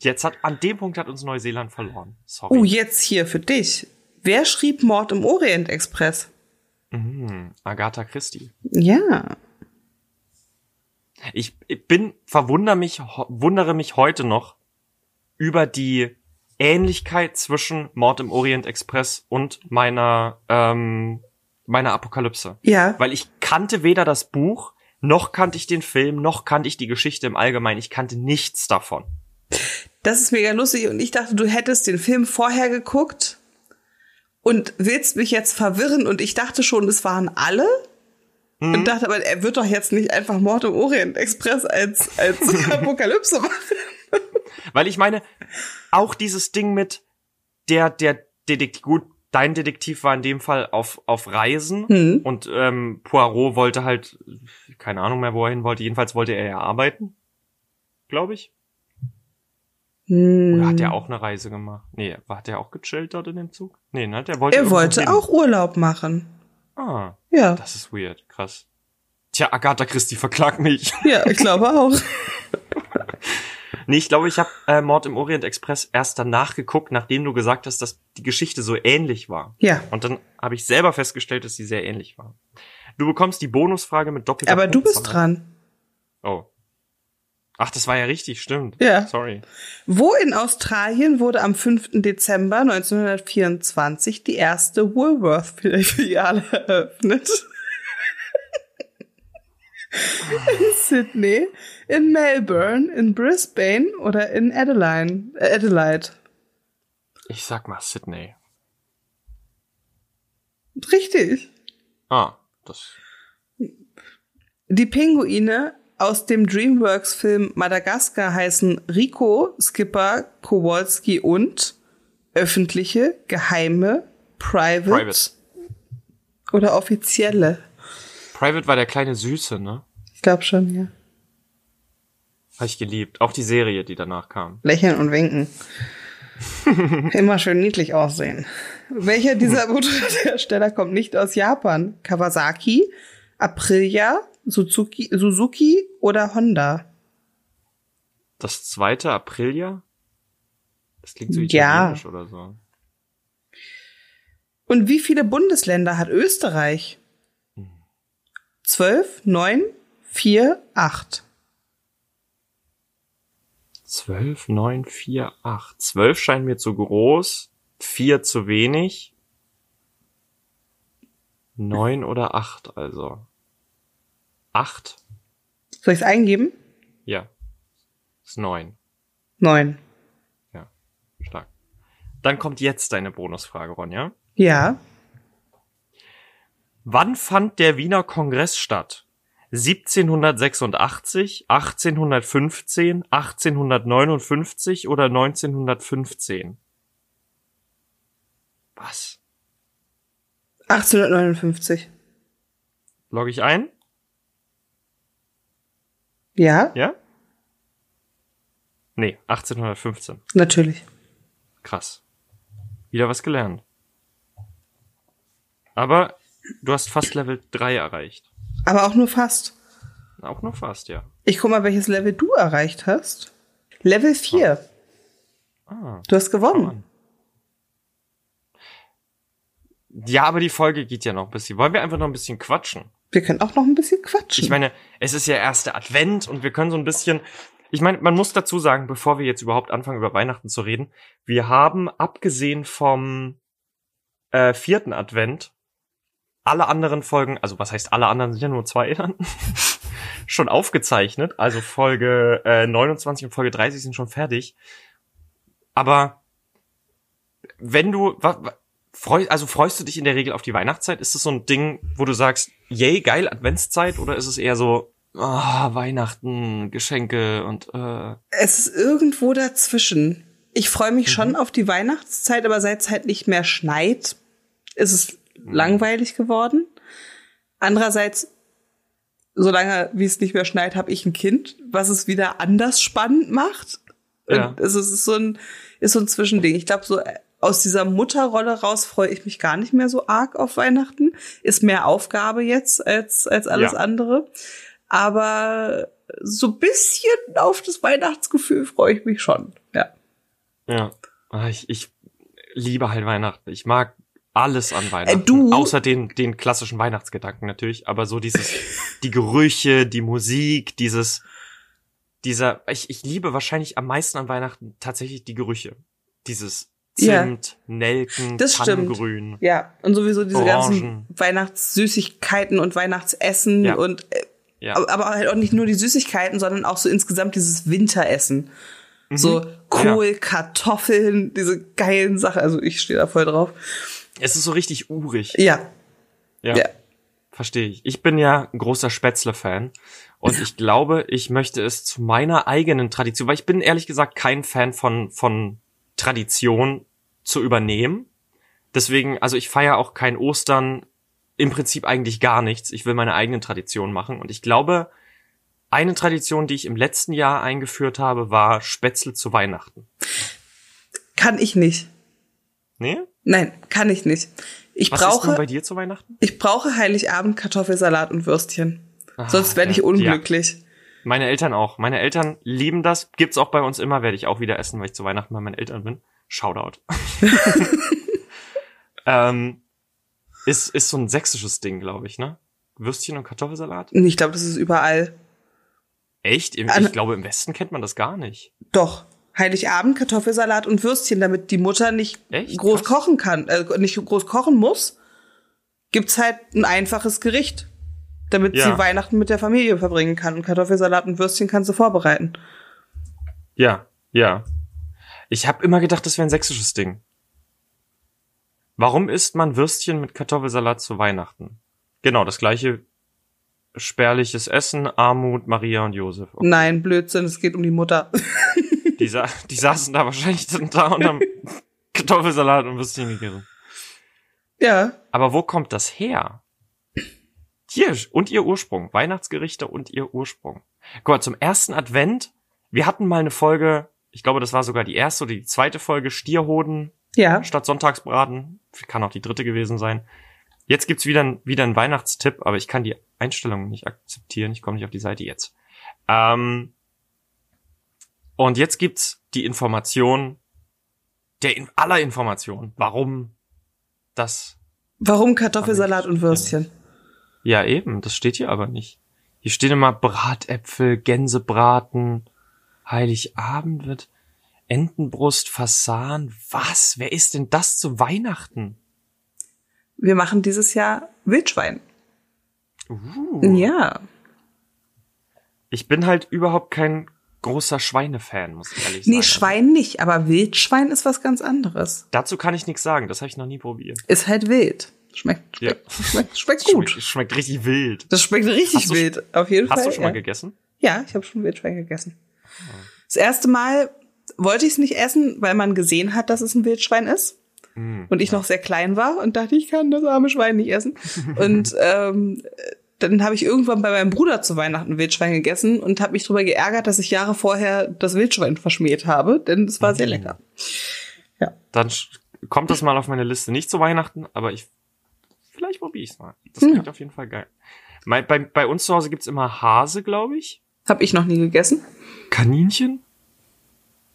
Speaker 1: Jetzt hat, an dem Punkt hat uns Neuseeland verloren. Sorry.
Speaker 2: Oh, jetzt hier für dich. Wer schrieb Mord im Orient Express?
Speaker 1: Mhm, Agatha Christie.
Speaker 2: Ja.
Speaker 1: Ich, ich bin, verwundere mich, ho- wundere mich heute noch über die Ähnlichkeit zwischen Mord im Orient Express und meiner, ähm, meiner Apokalypse.
Speaker 2: Ja.
Speaker 1: Weil ich kannte weder das Buch Noch kannte ich den Film, noch kannte ich die Geschichte im Allgemeinen. Ich kannte nichts davon.
Speaker 2: Das ist mega lustig und ich dachte, du hättest den Film vorher geguckt und willst mich jetzt verwirren und ich dachte schon, es waren alle.
Speaker 1: Mhm.
Speaker 2: Und dachte aber, er wird doch jetzt nicht einfach Mord im Orient Express als, als Apokalypse machen.
Speaker 1: Weil ich meine, auch dieses Ding mit der, der Detektiv, gut, dein Detektiv war in dem Fall auf, auf Reisen
Speaker 2: Hm.
Speaker 1: und ähm, Poirot wollte halt, keine Ahnung mehr, wo er hin wollte, jedenfalls wollte er ja arbeiten, glaube ich. Oder hat
Speaker 2: Hm.
Speaker 1: er auch eine Reise gemacht? Nee, war- hat er auch gechillt dort in dem Zug? Nee, ne? Der wollte
Speaker 2: Er
Speaker 1: irgendwo hin.
Speaker 2: wollte auch Urlaub machen.
Speaker 1: Ah,
Speaker 2: Ja,
Speaker 1: das ist weird, krass. Tja, Agatha Christie, verklag mich.
Speaker 2: ja, ich glaube auch.
Speaker 1: Nee, ich glaube, ich habe äh, Mord im Orient Express erst danach geguckt, nachdem du gesagt hast, dass die Geschichte so ähnlich war.
Speaker 2: Ja.
Speaker 1: Und dann habe ich selber festgestellt, dass sie sehr ähnlich war. Du bekommst die Bonusfrage mit doppelter
Speaker 2: Aber du bist
Speaker 1: Punktzahl.
Speaker 2: dran.
Speaker 1: Oh. Ach, das war ja richtig, stimmt.
Speaker 2: Ja.
Speaker 1: Sorry.
Speaker 2: Wo in Australien wurde am 5. Dezember 1924 die erste Woolworth-Filiale eröffnet? In Sydney, in Melbourne, in Brisbane oder in Adelaide? Äh, Adelaide.
Speaker 1: Ich sag mal Sydney.
Speaker 2: Richtig.
Speaker 1: Ah, das.
Speaker 2: Die Pinguine aus dem Dreamworks-Film Madagaskar heißen Rico, Skipper, Kowalski und öffentliche, geheime, private,
Speaker 1: Private.
Speaker 2: oder offizielle.
Speaker 1: Private war der kleine Süße, ne?
Speaker 2: Ich glaube schon, ja.
Speaker 1: Habe ich geliebt. Auch die Serie, die danach kam.
Speaker 2: Lächeln und winken. Immer schön niedlich aussehen. Welcher dieser Motorradhersteller kommt nicht aus Japan? Kawasaki, Aprilia, Suzuki, Suzuki oder Honda?
Speaker 1: Das zweite Aprilia? Das klingt so
Speaker 2: Ja.
Speaker 1: italienisch oder so.
Speaker 2: Und wie viele Bundesländer hat Österreich? Zwölf, neun, vier, acht.
Speaker 1: Zwölf, neun, vier, acht. Zwölf scheint mir zu groß, vier zu wenig. Neun oder acht, also. Acht?
Speaker 2: Soll ich es eingeben?
Speaker 1: Ja. Ist neun.
Speaker 2: Neun.
Speaker 1: Ja. Stark. Dann kommt jetzt deine Bonusfrage, Ronja.
Speaker 2: Ja.
Speaker 1: Wann fand der Wiener Kongress statt? 1786, 1815, 1859 oder 1915? Was?
Speaker 2: 1859.
Speaker 1: Logge ich ein?
Speaker 2: Ja,
Speaker 1: Ja? Nee, 1815.
Speaker 2: natürlich.
Speaker 1: Krass. Wieder was gelernt. Aber du hast fast Level 3 erreicht.
Speaker 2: Aber auch nur fast.
Speaker 1: Auch nur fast, ja.
Speaker 2: Ich guck mal, welches Level du erreicht hast. Level 4.
Speaker 1: Ah,
Speaker 2: Du hast
Speaker 1: komm
Speaker 2: gewonnen.
Speaker 1: an. Ja, aber die Folge geht ja noch ein bisschen. Wollen wir einfach noch ein bisschen quatschen?
Speaker 2: Wir können auch noch ein bisschen quatschen.
Speaker 1: Ich meine, es ist ja erst der Advent und wir können so ein bisschen. Ich meine, man muss dazu sagen, bevor wir jetzt überhaupt anfangen, über Weihnachten zu reden, wir haben abgesehen vom äh, vierten Advent alle anderen Folgen, also was heißt alle anderen, sind ja nur zwei dann, schon aufgezeichnet. Also Folge äh, 29 und Folge 30 sind schon fertig. Aber wenn du, wa, wa, freu, also freust du dich in der Regel auf die Weihnachtszeit? Ist es so ein Ding, wo du sagst, yay, geil, Adventszeit? Oder ist es eher so, ah, Weihnachten, Geschenke und, äh,
Speaker 2: es ist irgendwo dazwischen. Ich freue mich schon auf die Weihnachtszeit, aber seit es halt nicht mehr schneit, ist es langweilig geworden. Andererseits, solange wie es nicht mehr schneit, habe ich ein Kind, was es wieder anders spannend macht.
Speaker 1: Ja.
Speaker 2: Und Also es ist so ein, ist so ein Zwischending. Ich glaube, so äh, aus dieser Mutterrolle raus freue ich mich gar nicht mehr so arg auf Weihnachten. Ist mehr Aufgabe jetzt als, als alles
Speaker 1: Ja.
Speaker 2: andere. Aber so ein bisschen auf das Weihnachtsgefühl freue ich mich schon. Ja.
Speaker 1: ja, Ah, ich, ich liebe halt Weihnachten. Ich mag alles an Weihnachten.
Speaker 2: Äh, du-
Speaker 1: Außer den, den klassischen Weihnachtsgedanken natürlich, aber so dieses, die Gerüche, die Musik, dieses, dieser, ich, ich liebe wahrscheinlich am meisten an Weihnachten tatsächlich die Gerüche. Dieses
Speaker 2: Ja.
Speaker 1: Zimt, Nelken,
Speaker 2: Das stimmt.
Speaker 1: Tannengrün.
Speaker 2: Ja, und sowieso diese
Speaker 1: Orangen.
Speaker 2: ganzen Weihnachtssüßigkeiten und Weihnachtsessen
Speaker 1: Ja.
Speaker 2: und äh,
Speaker 1: Ja.
Speaker 2: Aber, aber halt auch nicht nur die Süßigkeiten, sondern auch so insgesamt dieses Winteressen.
Speaker 1: Mhm.
Speaker 2: So Kohl, Kartoffeln, diese geilen Sachen. Also ich stehe da voll drauf.
Speaker 1: Es ist so richtig urig.
Speaker 2: Ja,
Speaker 1: Ja.
Speaker 2: ja.
Speaker 1: Verstehe ich. Ich bin ja ein großer Spätzle-Fan. Und ich glaube, ich möchte es zu meiner eigenen Tradition, weil ich bin ehrlich gesagt kein Fan von, von Tradition zu übernehmen. Deswegen, also ich feiere auch kein Ostern, im Prinzip eigentlich gar nichts. Ich will meine eigenen Traditionen machen. Und ich glaube, eine Tradition, die ich im letzten Jahr eingeführt habe, war Spätzle zu Weihnachten.
Speaker 2: Kann ich nicht.
Speaker 1: Nee?
Speaker 2: Nein, kann ich nicht. Ich
Speaker 1: Was ist denn bei
Speaker 2: brauche,
Speaker 1: dir zu Weihnachten?
Speaker 2: ich brauche Heiligabend Kartoffelsalat und Würstchen.
Speaker 1: Ah,
Speaker 2: Sonst werde
Speaker 1: ja,
Speaker 2: ich
Speaker 1: ja.
Speaker 2: unglücklich.
Speaker 1: Meine Eltern auch. Meine Eltern lieben das. Gibt's auch bei uns immer, werde ich auch wieder essen, weil ich zu Weihnachten bei meinen Eltern bin. Shoutout. ähm, ist, ist so ein sächsisches Ding, glaube ich, ne? Würstchen und Kartoffelsalat?
Speaker 2: Und Ich glaube, das ist überall.
Speaker 1: Echt? Im,
Speaker 2: Alle-
Speaker 1: ich glaube, im Westen kennt man das gar nicht.
Speaker 2: Doch. Heiligabend Kartoffelsalat und Würstchen, damit die Mutter nicht
Speaker 1: Echt?
Speaker 2: groß
Speaker 1: Krass.
Speaker 2: kochen kann, äh, nicht groß kochen muss, gibt's halt ein einfaches Gericht, damit
Speaker 1: Ja.
Speaker 2: sie Weihnachten mit der Familie verbringen kann. Und Kartoffelsalat und Würstchen kannst du vorbereiten.
Speaker 1: Ja, ja. Ich habe immer gedacht, das wäre ein sächsisches Ding. Warum isst man Würstchen mit Kartoffelsalat zu Weihnachten? Genau, das gleiche spärliches Essen, Armut, Maria und Josef. Okay.
Speaker 2: Nein, Blödsinn, es geht um die Mutter.
Speaker 1: Die, sa die saßen da wahrscheinlich dann da und haben Kartoffelsalat und Würstchen gegessen.
Speaker 2: ja.
Speaker 1: Aber wo kommt das her? Hier, und ihr Ursprung. Weihnachtsgerichte und ihr Ursprung. Guck mal, zum ersten Advent, wir hatten mal eine Folge, ich glaube, das war sogar die erste oder die zweite Folge, Stierhoden
Speaker 2: Ja.
Speaker 1: statt Sonntagsbraten. Kann auch die dritte gewesen sein. Jetzt gibt's wieder, ein- wieder einen Weihnachtstipp, aber ich kann die Einstellung nicht akzeptieren. Ich komme nicht auf die Seite jetzt. Ähm, und jetzt gibt's die Information, der in aller Information, warum das,
Speaker 2: Warum Kartoffelsalat und Würstchen?
Speaker 1: ja eben, das steht hier aber nicht. Hier stehen immer Bratäpfel, Gänsebraten, Heiligabend wird, Entenbrust, Fasan, was? Wer ist denn das zu Weihnachten?
Speaker 2: Wir machen dieses Jahr Wildschwein.
Speaker 1: Uh.
Speaker 2: Ja.
Speaker 1: Ich bin halt überhaupt kein großer Schweinefan, muss ich ehrlich
Speaker 2: Nee,
Speaker 1: sagen. Also,
Speaker 2: Schwein nicht, aber Wildschwein ist was ganz anderes.
Speaker 1: Dazu kann ich nichts sagen, das habe ich noch nie probiert.
Speaker 2: Ist halt wild. Schmeckt,
Speaker 1: Ja.
Speaker 2: schmeckt, schmeckt, schmeckt gut.
Speaker 1: Schmeckt, schmeckt richtig wild.
Speaker 2: Das schmeckt richtig
Speaker 1: Hast du-
Speaker 2: wild, auf jeden
Speaker 1: Hast
Speaker 2: Fall.
Speaker 1: du schon mal
Speaker 2: ja.
Speaker 1: gegessen?
Speaker 2: ja, ich habe schon Wildschwein gegessen. Das erste Mal wollte ich es nicht essen, weil man gesehen hat, dass es ein Wildschwein ist.
Speaker 1: Hm.
Speaker 2: und ich noch sehr klein war und dachte, ich kann das arme Schwein nicht essen. Und ähm, dann habe ich irgendwann bei meinem Bruder zu Weihnachten Wildschwein gegessen und habe mich darüber geärgert, dass ich Jahre vorher das Wildschwein verschmäht habe, denn es war
Speaker 1: Mm.
Speaker 2: sehr lecker.
Speaker 1: Dann sch- kommt das mal auf meine Liste. Nicht zu Weihnachten, aber ich vielleicht probiere ich es mal. Das
Speaker 2: Ja.
Speaker 1: klingt auf jeden Fall geil. Mein, bei, bei uns zu Hause gibt's immer Hase, glaube ich.
Speaker 2: Habe ich noch nie gegessen.
Speaker 1: Kaninchen?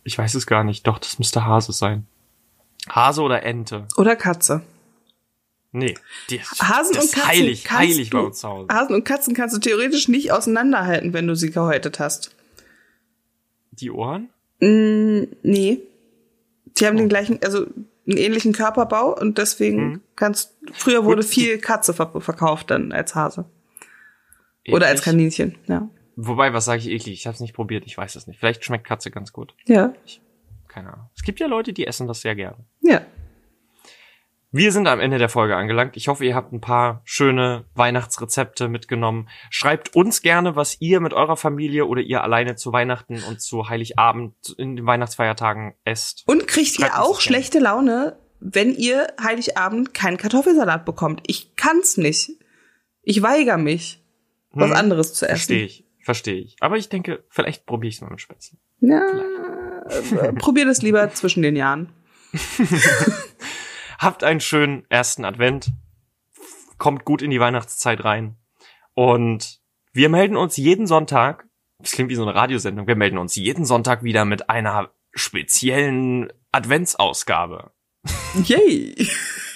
Speaker 1: Ich weiß es gar nicht. Doch, das müsste Hase sein. Hase oder Ente?
Speaker 2: Oder Katze.
Speaker 1: Nee. Die,
Speaker 2: Hasen
Speaker 1: das
Speaker 2: und Katzen.
Speaker 1: Ist heilig,
Speaker 2: kannst
Speaker 1: heilig bei
Speaker 2: du- Ah.
Speaker 1: uns zu Hause.
Speaker 2: Hasen und Katzen kannst du theoretisch nicht auseinanderhalten, wenn du sie gehäutet hast.
Speaker 1: Die Ohren?
Speaker 2: Mm, nee. Die
Speaker 1: Oh.
Speaker 2: haben den gleichen, also einen ähnlichen Körperbau und deswegen
Speaker 1: Mhm.
Speaker 2: kannst, früher wurde viel Katze ver verkauft dann als Hase. Oder als
Speaker 1: Eklig.
Speaker 2: Kaninchen, ja.
Speaker 1: Wobei, was sage ich eklig? Ich habe es nicht probiert, ich weiß es nicht. Vielleicht schmeckt Katze ganz gut.
Speaker 2: Ja,
Speaker 1: Keine Ahnung. Es gibt ja Leute, die essen das sehr gerne.
Speaker 2: ja.
Speaker 1: Wir sind am Ende der Folge angelangt. Ich hoffe, ihr habt ein paar schöne Weihnachtsrezepte mitgenommen. Schreibt uns gerne, was ihr mit eurer Familie oder ihr alleine zu Weihnachten und zu Heiligabend in den Weihnachtsfeiertagen esst.
Speaker 2: Und kriegt
Speaker 1: Schreibt uns
Speaker 2: ihr auch
Speaker 1: das gerne.
Speaker 2: schlechte Laune, wenn ihr Heiligabend keinen Kartoffelsalat bekommt? Ich kann's nicht. Ich weigere mich, was
Speaker 1: Hm,
Speaker 2: anderes zu essen.
Speaker 1: Verstehe ich, verstehe ich. Aber ich denke, vielleicht probiere ich es mal mit Spätzle.
Speaker 2: Ja, äh, probier das lieber zwischen den Jahren.
Speaker 1: Habt einen schönen ersten Advent. Kommt gut in die Weihnachtszeit rein. Und wir melden uns jeden Sonntag. Das klingt wie so eine Radiosendung. Wir melden uns jeden Sonntag wieder mit einer speziellen Adventsausgabe.
Speaker 2: Yay!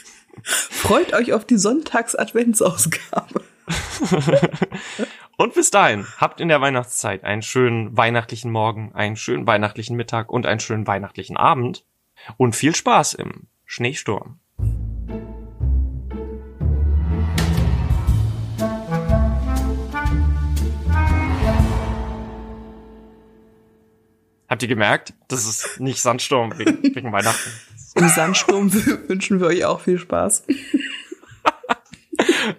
Speaker 2: Freut euch auf die Sonntags-Adventsausgabe.
Speaker 1: Und bis dahin, habt in der Weihnachtszeit einen schönen weihnachtlichen Morgen, einen schönen weihnachtlichen Mittag und einen schönen weihnachtlichen Abend. Und viel Spaß im Schneesturm. Habt ihr gemerkt? Das ist nicht Sandsturm wegen, wegen Weihnachten.
Speaker 2: Im Sandsturm wünschen wir euch auch viel Spaß.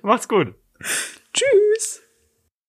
Speaker 1: Macht's gut.